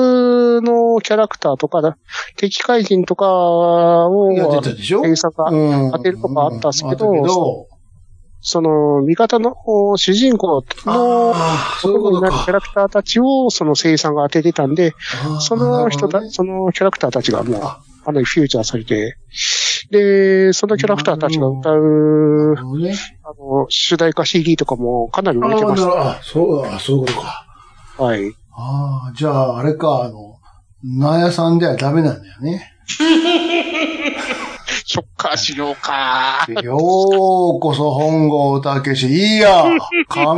Speaker 4: のキャラクターとかだ、敵怪人とかを
Speaker 3: ど。やってたでしょ
Speaker 4: 声優さんが、
Speaker 3: うん
Speaker 4: 当てるとかあったっすけど
Speaker 3: あったけど
Speaker 4: その味方のお主人公の、
Speaker 3: あーそういうこ
Speaker 4: 男に
Speaker 3: と
Speaker 4: なるキャ
Speaker 3: か。
Speaker 4: ラクターたちをその声優さんが当ててたんで、
Speaker 3: あー
Speaker 4: その人た、
Speaker 3: なる
Speaker 4: そのキャラクターたちがもう、
Speaker 3: あ
Speaker 4: あの、フューチャーされて、で、そのキャラクターたちが歌う、
Speaker 3: ほどね
Speaker 4: あの、主題歌 CD とかもかなり
Speaker 3: あ
Speaker 4: 売れて
Speaker 3: ー
Speaker 4: ま
Speaker 3: な
Speaker 4: し
Speaker 3: るあ、そう、あそういうことか。
Speaker 4: た。はい。
Speaker 3: ああ、じゃあ、あれか、あの、納屋さんではダメなんだよね。
Speaker 4: ショッカーしようか。
Speaker 3: ようこそ本郷武し、いい や、仮面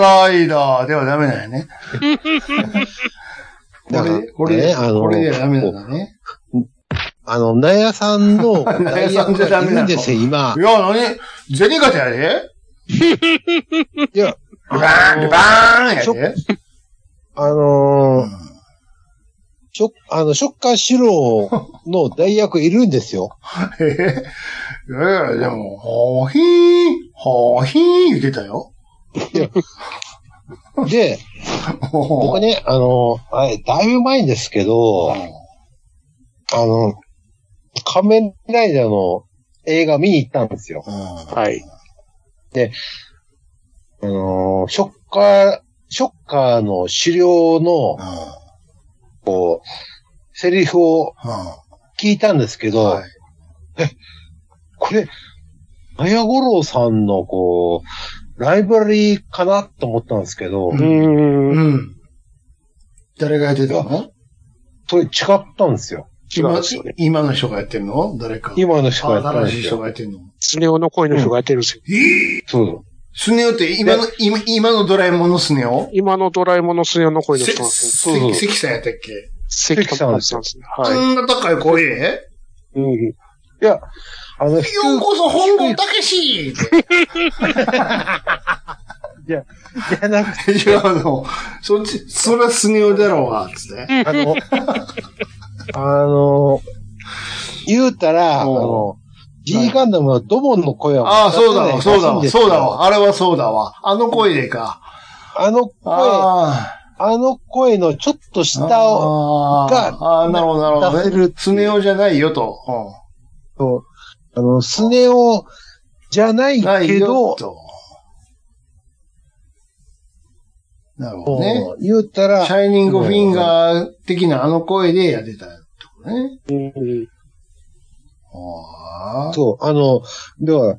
Speaker 3: ライダーではダメだよね。こ
Speaker 5: だから
Speaker 3: れ、これ、
Speaker 5: ねあの
Speaker 3: これではダメなんだね。
Speaker 5: あの、納屋さ んの、
Speaker 3: 納屋さんじゃダメなの
Speaker 5: いるんですよ、今
Speaker 3: い。や、なに銭形やで
Speaker 5: いや、
Speaker 3: ルバーン、ルバーンや
Speaker 5: ちょ
Speaker 3: で
Speaker 5: あ
Speaker 3: う
Speaker 5: のー、
Speaker 3: ん
Speaker 5: ショッ、あの、ショッカーシローの代役いるんですよ。
Speaker 3: え えいやいや、でも、ほーひーん、ほーひーん言ってたよ。
Speaker 5: で、僕
Speaker 3: 僕
Speaker 5: ね、あのー、あれ、だいぶ前んですけど、あの、仮面ライダーの映画見に行ったんですよ。
Speaker 4: はい。
Speaker 5: あのー、ショッカー、ショッカーの狩猟のセリフを聞いたんですけど、
Speaker 3: はい
Speaker 5: これ、マヤゴロウさんのこう、ライバリーかなと思ったんですけど、
Speaker 3: う
Speaker 4: うーん。
Speaker 3: うん。誰がやってたの
Speaker 5: それ違ったんですよ。
Speaker 4: 違うんですよね。
Speaker 3: 今の人がやってるの誰か。
Speaker 5: 今の人がやったん
Speaker 3: 新
Speaker 5: で
Speaker 3: しい
Speaker 5: す
Speaker 3: 人
Speaker 5: よ。
Speaker 3: がやってるの。
Speaker 4: スネ夫の声の人がやってるんですよ。
Speaker 5: そう。
Speaker 3: スネ夫って今の、今今のドラえもんのスネ夫
Speaker 4: 今のドラえもんのスネ夫の声の
Speaker 3: せ
Speaker 4: 人なんですよ。
Speaker 5: そうそう
Speaker 3: せ関さんやったっけ
Speaker 4: 関田さんですね。
Speaker 3: あ
Speaker 4: はい。
Speaker 3: んな高い声で
Speaker 4: うん。
Speaker 5: あの、低い
Speaker 3: ようこそ本郷武士
Speaker 5: じゃなくて、
Speaker 3: いや、あの、そっち、それはスネ夫だろうが、つって。
Speaker 5: あの、あの、言うたら、あ
Speaker 3: うん
Speaker 5: の、G ガンダムのドボンの声は
Speaker 3: ああ、そうだわ、そうだわ、そうだ
Speaker 5: わ。
Speaker 3: わ。あれはそうだわ。あの声でか。
Speaker 5: あの声、
Speaker 3: あ
Speaker 5: あの声のちょっと
Speaker 3: あ。
Speaker 5: 下を、
Speaker 3: あーあー、なるほど、なるほど、ね。
Speaker 5: 出せる
Speaker 3: スネ夫じゃないよと。
Speaker 5: あの、スネ夫じゃない
Speaker 3: うん、ない
Speaker 5: け
Speaker 3: よ
Speaker 5: ど、
Speaker 3: と。なるほどね。
Speaker 5: うん言うたら
Speaker 3: シ、ャイニングフィンガー的なあの声でやってたってことね。
Speaker 4: うん
Speaker 5: そう、あの、では、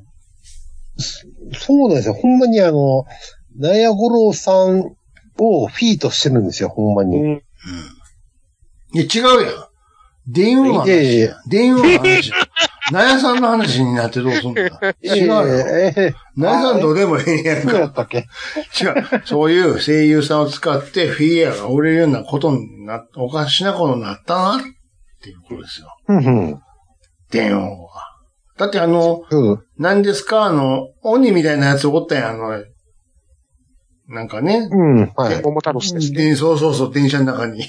Speaker 5: そそうなんですよ。ほんまにあの、ナヤゴロウさんをフィートしてるんですよ、ほんまに。
Speaker 3: いや、違うやん。電話の
Speaker 5: いやいや
Speaker 3: 話
Speaker 5: いや
Speaker 3: や。電話の話や。納屋さんの話になってどうすんだ 違うよ。
Speaker 5: えええ
Speaker 3: 納屋さんどうでもええや
Speaker 5: え
Speaker 3: ん
Speaker 5: そう
Speaker 3: か。
Speaker 5: やったっけ
Speaker 3: 違う。そういう声優さんを使ってフィギュアが売れるようなことになっおかしなことになったなっていうことですよ。
Speaker 5: うんうん。
Speaker 3: 電話が。だってあの、
Speaker 5: そう。
Speaker 3: 何ですかあの、鬼みたいなやつおったやん、あの、なんかね。
Speaker 5: うん、はい。
Speaker 4: 桃太郎氏ですね。
Speaker 3: でそうそうそう、電車の中に。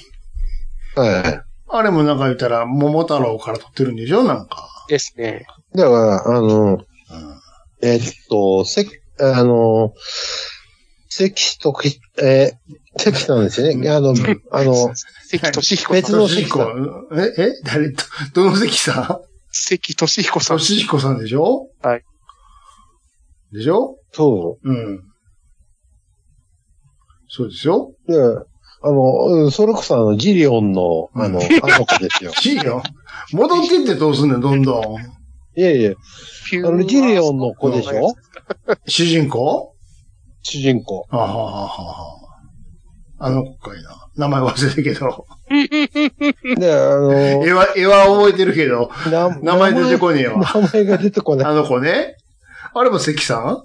Speaker 5: は
Speaker 3: あれもなんか言ったら、桃太郎から撮ってるんでしょなんか。
Speaker 4: ですね。
Speaker 5: い。だから、あ
Speaker 3: う
Speaker 5: の、
Speaker 3: ん
Speaker 5: えっと、せ、あの、関とき、えー、関なんですよね。あの、あの、
Speaker 4: 関俊彦
Speaker 5: 別
Speaker 4: さん。
Speaker 5: の関さん。
Speaker 3: え、え誰 ど、どの関さ
Speaker 4: 関俊彦
Speaker 3: ん
Speaker 4: さん。
Speaker 3: 俊彦さんでしょ
Speaker 4: はい。
Speaker 3: でしょ
Speaker 5: そ
Speaker 3: うん。そうですよ。
Speaker 5: う。で、あの、うんそれこそあの、ジリオンの、あの、
Speaker 3: う
Speaker 5: あの子で すよ。
Speaker 3: いいよ。戻ってってどうすんねん、どん どん。
Speaker 5: いやいや、
Speaker 4: ピュ
Speaker 5: あの、ジリオンの子でしょ
Speaker 3: 主人公
Speaker 5: 主人公。
Speaker 3: あはははは。あの子かいな。名前忘れたけど。
Speaker 5: で、あの、
Speaker 3: 絵は、絵は覚えてるけど、
Speaker 5: な
Speaker 3: 名前出てこねえわ。
Speaker 5: 名前が出てこない。
Speaker 3: あの子ね。あれも関さん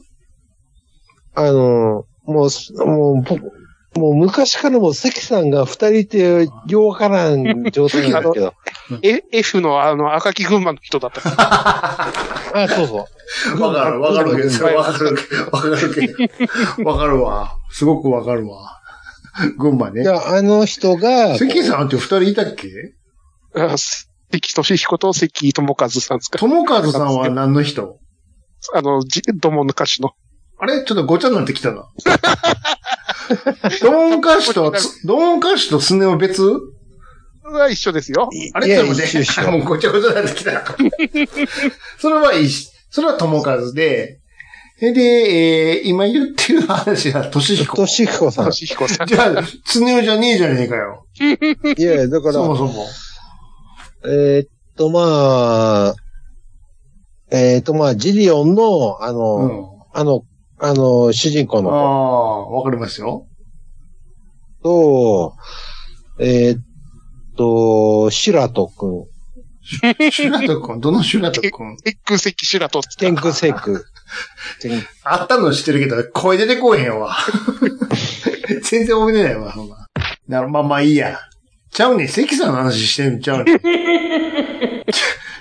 Speaker 5: あの、もうす、もう、僕、もう昔からもう関さんが二人ってようわからん状態なんだけ ど。
Speaker 4: え F のあの、赤木群馬の人だった。
Speaker 5: あ、そうそう。
Speaker 3: わかる、わかるけど、それわかる、わかるけど。わかるわ。すごくわかるわ。群馬
Speaker 5: い
Speaker 3: ね。
Speaker 5: や、あの人が、
Speaker 3: 関さんって二人いたっけ
Speaker 4: あ関俊彦と関智和さんですか。
Speaker 3: 友和さんは何の人
Speaker 4: あの、じどもの歌手の。
Speaker 3: あれちょっとごちゃになってきた な。ドンカシとつ、ドンカシとスネ夫別
Speaker 4: は一緒ですよ。
Speaker 3: あ
Speaker 5: い
Speaker 3: れ
Speaker 5: や
Speaker 3: ちょっと待
Speaker 5: 一緒
Speaker 3: って、
Speaker 5: 一緒
Speaker 3: もうごちゃごちゃになってきた。 それはいいし、それは友和で、えで、えー今言ってる話は俊彦。
Speaker 5: としこさん。
Speaker 4: 俊彦さん。
Speaker 3: じゃあ、スネ夫じゃねえじゃねえかよ。
Speaker 5: いやいや、だか
Speaker 3: そも
Speaker 5: ら、
Speaker 3: そも。
Speaker 5: えーっと、まあ、えーっと、まあ、ジリオンの、あの、
Speaker 3: うん。
Speaker 5: あの、あの、主人公
Speaker 3: あ
Speaker 5: の
Speaker 3: あ、わかりますよ。
Speaker 5: 子と、えーっと、シュラト君、
Speaker 3: シュラト君、どのシュラト君
Speaker 4: エッグ関修羅と。
Speaker 5: 天空聖空。天
Speaker 3: あったの知ってるけど、声出てこうへんわ。 全然覚えてないわ、そんな。なるまあまあいいや。ちゃうねん、関さんの話してんのちゃうねん。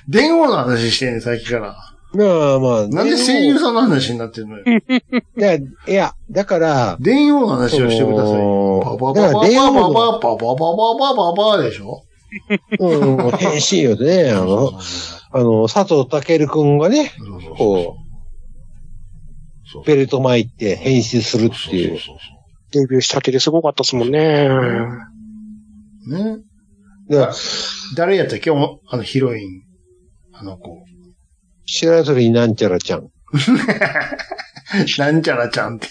Speaker 3: 電話の話してんねん、さっきから。
Speaker 5: まあまあ、
Speaker 3: なんで声優さんの話になってんのよ。
Speaker 5: いや、いや、だから、
Speaker 3: 電話の話をしてくださいよ。パパパパパパパパパパパパパでしょ
Speaker 5: うん、変身よね。あの、あの、佐藤健くんがね、
Speaker 3: そうそうそう
Speaker 5: こう、ベルト巻いて変身するっていう。
Speaker 3: そうそう
Speaker 4: デビューしたてですごかったですもんね。
Speaker 3: そうね。
Speaker 5: だから
Speaker 3: 誰やったっけおあのヒロイン。あの子。
Speaker 5: 白鳥なんちゃらちゃん。
Speaker 3: なんちゃらちゃんって。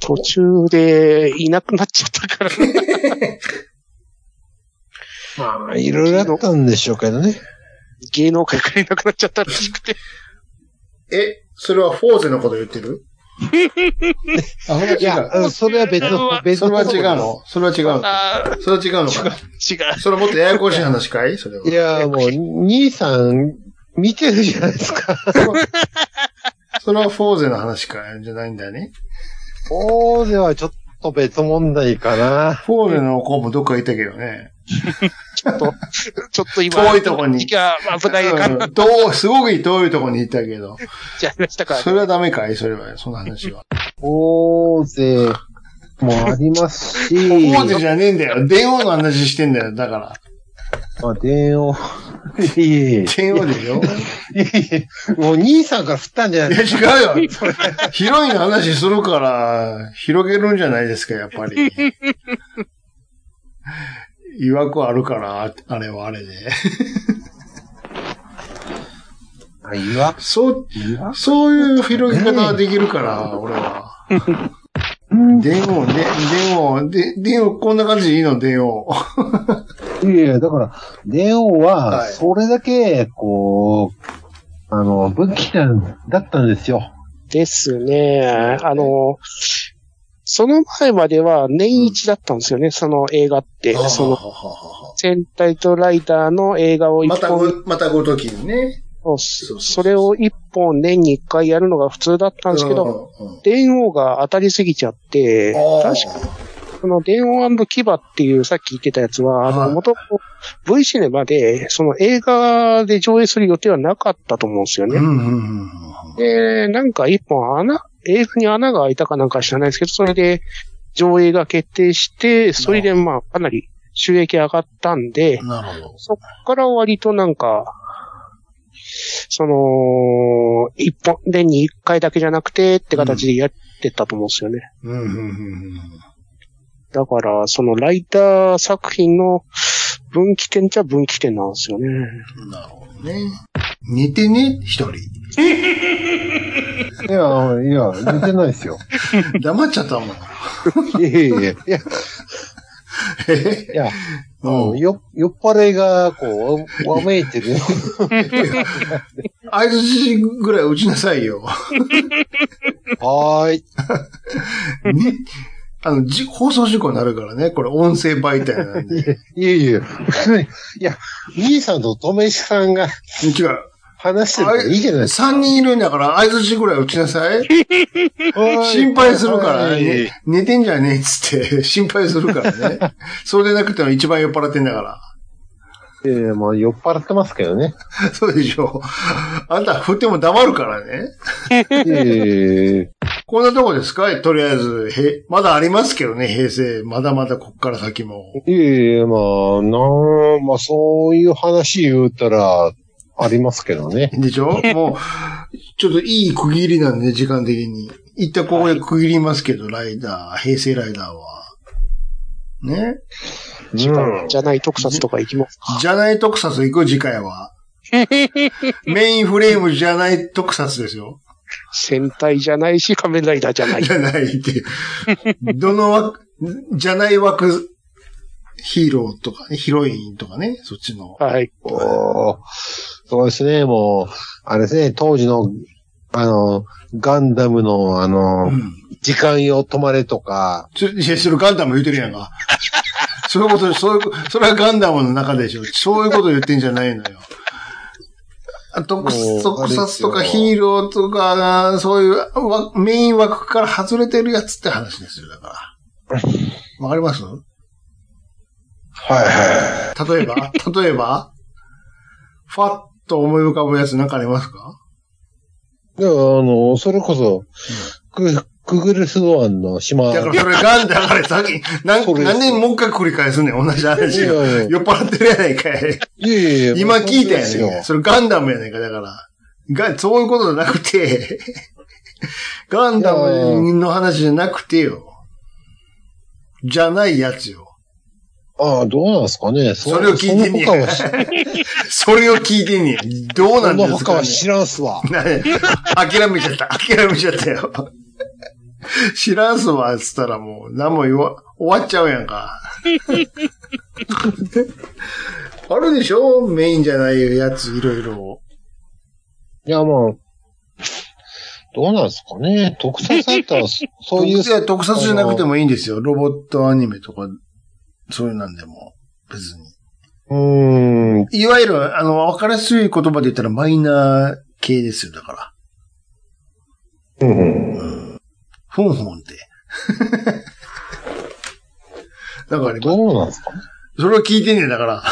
Speaker 4: 途中でいなくなっちゃったからね。
Speaker 5: まあ、いろいろあったんでしょうけどね。
Speaker 4: 芸能界からいなくなっちゃったらしくて。
Speaker 3: え、それはフォーゼのこと言ってるあ、それ
Speaker 5: いや、
Speaker 3: は
Speaker 5: うんそれは別の、
Speaker 3: 違う。
Speaker 5: 別
Speaker 3: それは違う
Speaker 5: の。
Speaker 3: のそれは違うの
Speaker 4: ああ、
Speaker 3: それは違うのか
Speaker 4: 違う。
Speaker 3: それもっとややこしい話かいそれは。
Speaker 5: いや、もう、兄さん、見てるじゃないですか。
Speaker 3: それはフォーゼの話かいじゃないんだよね。
Speaker 5: おーではちょっと別問題かな。
Speaker 3: フォーゼの子もどっかいたけどね。
Speaker 4: ちょっと、ちょっと今。
Speaker 3: 遠いとこに
Speaker 4: 時が危ないか
Speaker 3: う
Speaker 4: ら
Speaker 3: んどう、すごく遠いとこにいたけど。
Speaker 4: じゃあしたから
Speaker 3: それはダメかいそれは、その話は。
Speaker 5: 大勢もありますし、
Speaker 3: フォーゼじゃねえんだよ。電王の話してんだよ。だから。
Speaker 5: まあ、電王。いえいえ
Speaker 3: 電王でしょ
Speaker 5: いやいや、もう兄さんから振ったんじゃ
Speaker 3: い
Speaker 5: ない
Speaker 3: や、違うよ。ヒロインの話するから、広げるんじゃないですか、やっぱり。違和くあるから、ああれはあれで。
Speaker 5: あ、いわ。
Speaker 3: そう、
Speaker 5: いわ
Speaker 3: そういう広げ方はできるから、俺は。電王、で、電王、で、電王、こんな感じでいいの、電王。
Speaker 5: いやいや、だから、電王
Speaker 3: は
Speaker 5: は、
Speaker 3: い
Speaker 5: それだけ、こう、あの、武器なんだったんですよ。
Speaker 4: ですね。あの、その前までは年一だったんですよね、その映画って。
Speaker 3: はあ
Speaker 4: その、
Speaker 3: はあはあはあ
Speaker 4: 戦隊とライダーの映画を一
Speaker 3: また
Speaker 4: 本、
Speaker 3: ご、またごときにね。そうそう
Speaker 4: それを一本年に一回やるのが普通だったんですけど、
Speaker 3: うんうん
Speaker 4: 電王が当たりすぎちゃって、
Speaker 3: あ
Speaker 4: 確か
Speaker 3: ー
Speaker 4: その、電音牙っていうさっき言ってたやつは、あ
Speaker 3: はい
Speaker 4: の、元々 V シネマで、その映画で上映する予定はなかったと思うんですよ
Speaker 3: う
Speaker 4: ね。
Speaker 3: んうんうん
Speaker 4: で、なんか一本穴、映画に穴が開いたかなんか知らないですけど、それで上映が決定して、それでまあ、かなり収益上がったんで
Speaker 3: う、ん。なるほど。
Speaker 4: そっから割となんか、その、一本、年に一回だけじゃなくてって形でやってたと思うんですよね。
Speaker 3: うんうんうんうん。
Speaker 4: だから、そのライター作品の分岐点っちゃ分岐点なんですよね。
Speaker 3: なるほどね。寝てね、一人。
Speaker 5: いや、いや、似てないですよ。
Speaker 3: 黙っちゃったもん。
Speaker 5: いやいやいや。いやいや、
Speaker 3: うん
Speaker 5: よ酔っ払いが、こう、わわめいてる。
Speaker 3: 合図ぐらい打ちなさいよ。
Speaker 5: はーい。
Speaker 3: ね。あの、じ、放送事故になるからね。これ音声媒体なんで。
Speaker 5: いやいやいや。いや、兄さんととめしさんが
Speaker 3: 違う。
Speaker 5: 話してるからいいじゃないですか。
Speaker 3: 三人いるんだから、合図ぐらい打ちなさい。心配するから、
Speaker 5: はい
Speaker 3: ね、寝てんじゃねえっつって、心配するからね。そうでなくても一番酔っ払ってんだか
Speaker 5: いやいや、もう酔っ払ってますけど ね。
Speaker 3: ら。そうでしょ。あんた振っても黙るからね。
Speaker 5: いやいやいやい
Speaker 3: こんなとこですかとりあえず、へ、まだありますけどね、平成。まだまだこっから先も。
Speaker 5: やいやいや、まあ、なん、まあ、そういう話言うたら、ありますけどね。
Speaker 3: でしょもう、ちょっといい区切りなんで、時間的に。一旦ここで区切りますけど、ライダー、平成ライダーは。ね
Speaker 4: じ
Speaker 5: うん
Speaker 4: じゃない特撮とか行きますか。
Speaker 3: じゃない特撮行く次回は。メインフレームじゃない特撮ですよ。
Speaker 4: 戦隊じゃないし、仮面ライダーじゃない
Speaker 3: じ。ゃないって。どの枠、じゃない枠、ヒーローとかね、ヒロインとかね、そっちの。
Speaker 4: はい。
Speaker 5: おーそうですね、もう、あれですね、当時の、あの、ガンダムの、あの、
Speaker 3: うん。
Speaker 5: 時間よ止まれとか、
Speaker 3: ついやそれガンダム言うてるやんか。 そういうこと、そういうこ、それはガンダムの中でしょ。そういうこと言ってんじゃないのよ。あ特
Speaker 5: もう
Speaker 3: 特撮と
Speaker 5: あ
Speaker 3: か
Speaker 5: れですよ
Speaker 3: ヒーローとか、そういうわメイン枠から外れてるやつって話ですよ、だから。わかりますはいはい。例えば、例えば、ファッと思い浮かぶやつなんかありますか
Speaker 5: であの、それこそ、ククグルスドアンの島、
Speaker 3: だからそれガンダムだからさっ き、なん
Speaker 5: それです
Speaker 3: 何年もう一回繰り返すねん、同じ話を。
Speaker 5: いやいや
Speaker 3: 酔っ払ってるやないかい。
Speaker 5: いやいやいや
Speaker 3: 今聞いたや
Speaker 5: そう
Speaker 3: ね
Speaker 5: で
Speaker 3: ん。それガンダムやねんか、だから。が、そういうことじゃなくて、 ガンダムの話じゃなくてよ。じゃないやつよ。
Speaker 5: ああ、どうなんですかね。そ
Speaker 3: それを聞いてんね
Speaker 5: その他
Speaker 3: や
Speaker 5: は知。
Speaker 3: それを聞いてんねん。どうな
Speaker 5: そ
Speaker 3: ん
Speaker 5: の
Speaker 3: です
Speaker 5: 他
Speaker 3: か、
Speaker 5: は
Speaker 3: ね、
Speaker 5: 知らんすわ。
Speaker 3: な諦めちゃった。諦めちゃったよ。知らんすわ、つったらもう、何も言わ、終わっちゃうやんか。 あるでしょメインじゃないやつ、いろいろ。
Speaker 5: いや、もう、どうなんですかね。特撮だ ったら、そそういう
Speaker 3: 特、撮特撮じゃなくてもいいんですよ。ロボットアニメとか、そういうなんでも、別に。
Speaker 5: うーん、
Speaker 3: いわゆる、あの、わかりやすい言葉で言ったらマイナー系ですよ、だから。うん。うん。ふんふんって。 だから、
Speaker 5: どうなんですかね。
Speaker 3: それを聞いてんねんだから。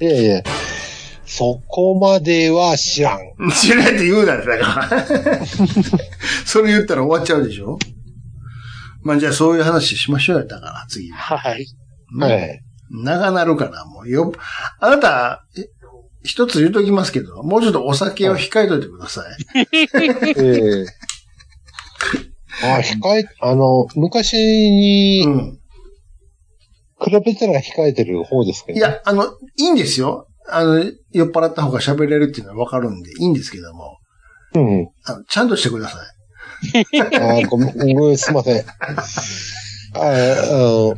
Speaker 5: いやいや、そこまでは知らん。
Speaker 3: 知らないって言うなってだから。 それ言ったら終わっちゃうでしょまあじゃあそういう話しましょうよ、だから、次。
Speaker 4: はい。
Speaker 5: はい。
Speaker 3: 長なるから、もうよ、あなた、え一つ言うときますけど、もうちょっとお酒を控えといてください。
Speaker 5: ええあ、控え、あの、昔に
Speaker 3: うん。
Speaker 5: 比べたら控えてる方ですけど。
Speaker 3: い、や、あの、いいんですよ。あの、酔っ払った方が喋れるっていうのはわかるんで、いいんですけども、
Speaker 5: うん。
Speaker 3: あのちゃんとしてください。
Speaker 5: あごめん、ごめん、すいません。ああの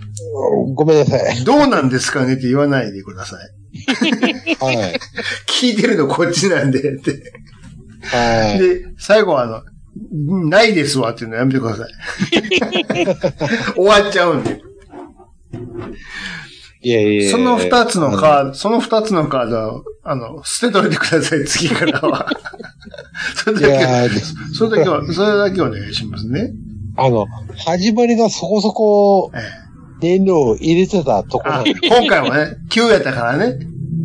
Speaker 5: ごめんなさい。
Speaker 3: どうなんですかねって言わないでください。
Speaker 5: はい。
Speaker 3: 聞いてるのこっちなんで、って。
Speaker 5: はい。
Speaker 3: で、最後はあの、ないですわっていうのやめてくださ い。終わっちゃうんで。
Speaker 5: いやいやいや
Speaker 3: その二つのカード、その二つのカードは、あの、捨てといてください、次から は。それ
Speaker 5: い
Speaker 3: だけは、
Speaker 5: やー、
Speaker 3: それだけは、それだけお願いしますね。
Speaker 5: あの、始まりがそこそこ
Speaker 3: ええ
Speaker 5: 燃料を入れてたとこな
Speaker 3: あ
Speaker 5: んで、
Speaker 3: 今回はね、9やったからね。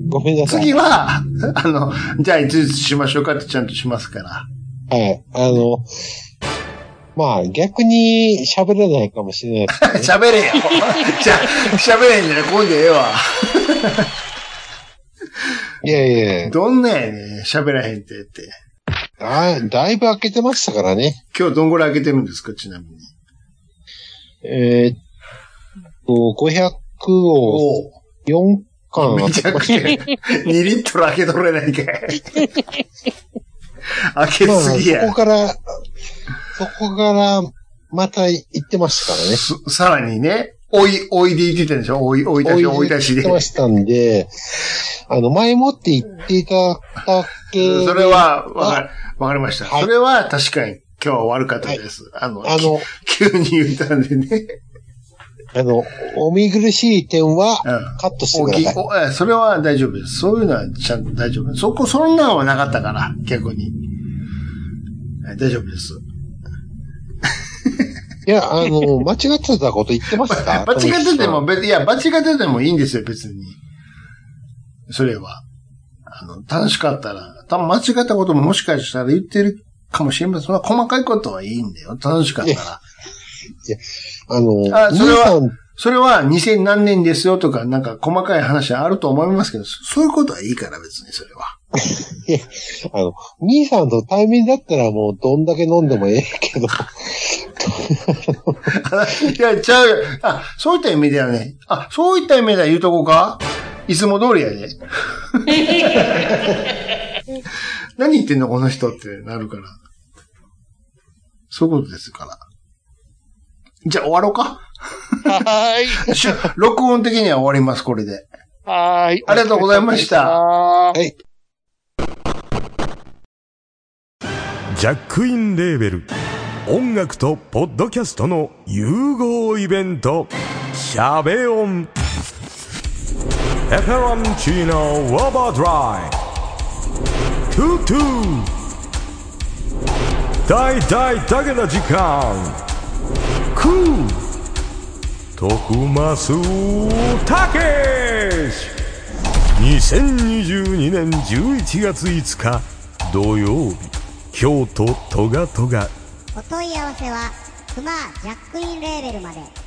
Speaker 5: ごめんなさい。
Speaker 3: 次は、あの、じゃあ5つしましょうかってちゃんとしますから。
Speaker 5: はい。あの、まあ逆に喋れないかもしれないです
Speaker 3: 喋れよ。じゃあ、喋れんじゃない、んでええわ。
Speaker 5: いやいやいや
Speaker 3: どんなやねん、喋らへんってって。
Speaker 5: だ、だいぶ開けてましたからね。
Speaker 3: 今日どんぐらい開けてるんですか、ちなみに。
Speaker 5: えーっと、500を
Speaker 3: おお
Speaker 5: 4巻
Speaker 3: めちゃくちゃ、2リットル開けとれないか い。開け
Speaker 5: まあ
Speaker 3: すぎ
Speaker 5: そ
Speaker 3: や
Speaker 5: こ。から、そこから、また行ってましたからね。
Speaker 3: そさらにね、おい、おいで言ってたんでしょおい、おい出し、おい出し
Speaker 5: 行
Speaker 3: で
Speaker 5: って。ましたんで、あの、前もって言っていただっけ、
Speaker 3: それ、は、わかり、わかりました。
Speaker 5: はい
Speaker 3: それは確かに今日は悪かったです。あの、
Speaker 5: あの、
Speaker 3: 急に言ったんでね。
Speaker 5: あの、お見苦しい点は
Speaker 3: うん、
Speaker 5: カットして
Speaker 3: お
Speaker 5: く
Speaker 3: ぎ
Speaker 5: ださい。
Speaker 3: おえそれは大丈夫です。そういうのはちゃんと大丈夫です。そこ、そんなのはなかったから、逆に。え大丈夫です。
Speaker 5: いや、あの、 間違ってたこと言ってまし た
Speaker 3: 間違ってても、、別いや、間違っててもいいんですよ、別に。それは。あの、楽しかったら、多分間違ったことももしかしたら言ってるかもしれません。そんな細かいことはいいんだよ。楽しかったら。
Speaker 5: あの、
Speaker 3: あそれは
Speaker 5: 兄さん
Speaker 3: それは2000何年ですよとか、なんか細かい話あると思いますけど、そそういうことはいいから別にそれは。
Speaker 5: あの、兄さんと対面だったらもうどんだけ飲んでもええ けど、
Speaker 3: いや、ちゃうよ。あ、そういった意味ではね。あ、そういった意味では言うとこうかいつも通りやで。何言ってんのこの人ってなるから。そういうことですから。じゃあ終わろうか。
Speaker 4: はーい。
Speaker 3: しゅ録音的には終わります、これで。
Speaker 4: はーい。
Speaker 3: ありがとうございました
Speaker 4: はーい
Speaker 7: ジャックインレーベル音楽とポッドキャストの融合イベント「シャベオン」「エフェロンチーノウォーバードライ」「トゥトゥ」「大大だけな時間」「クー」「徳マスたけし」2022年11月5日土曜日京都トガトガ
Speaker 2: お問い合わせは、クマージャックインレーベルまで。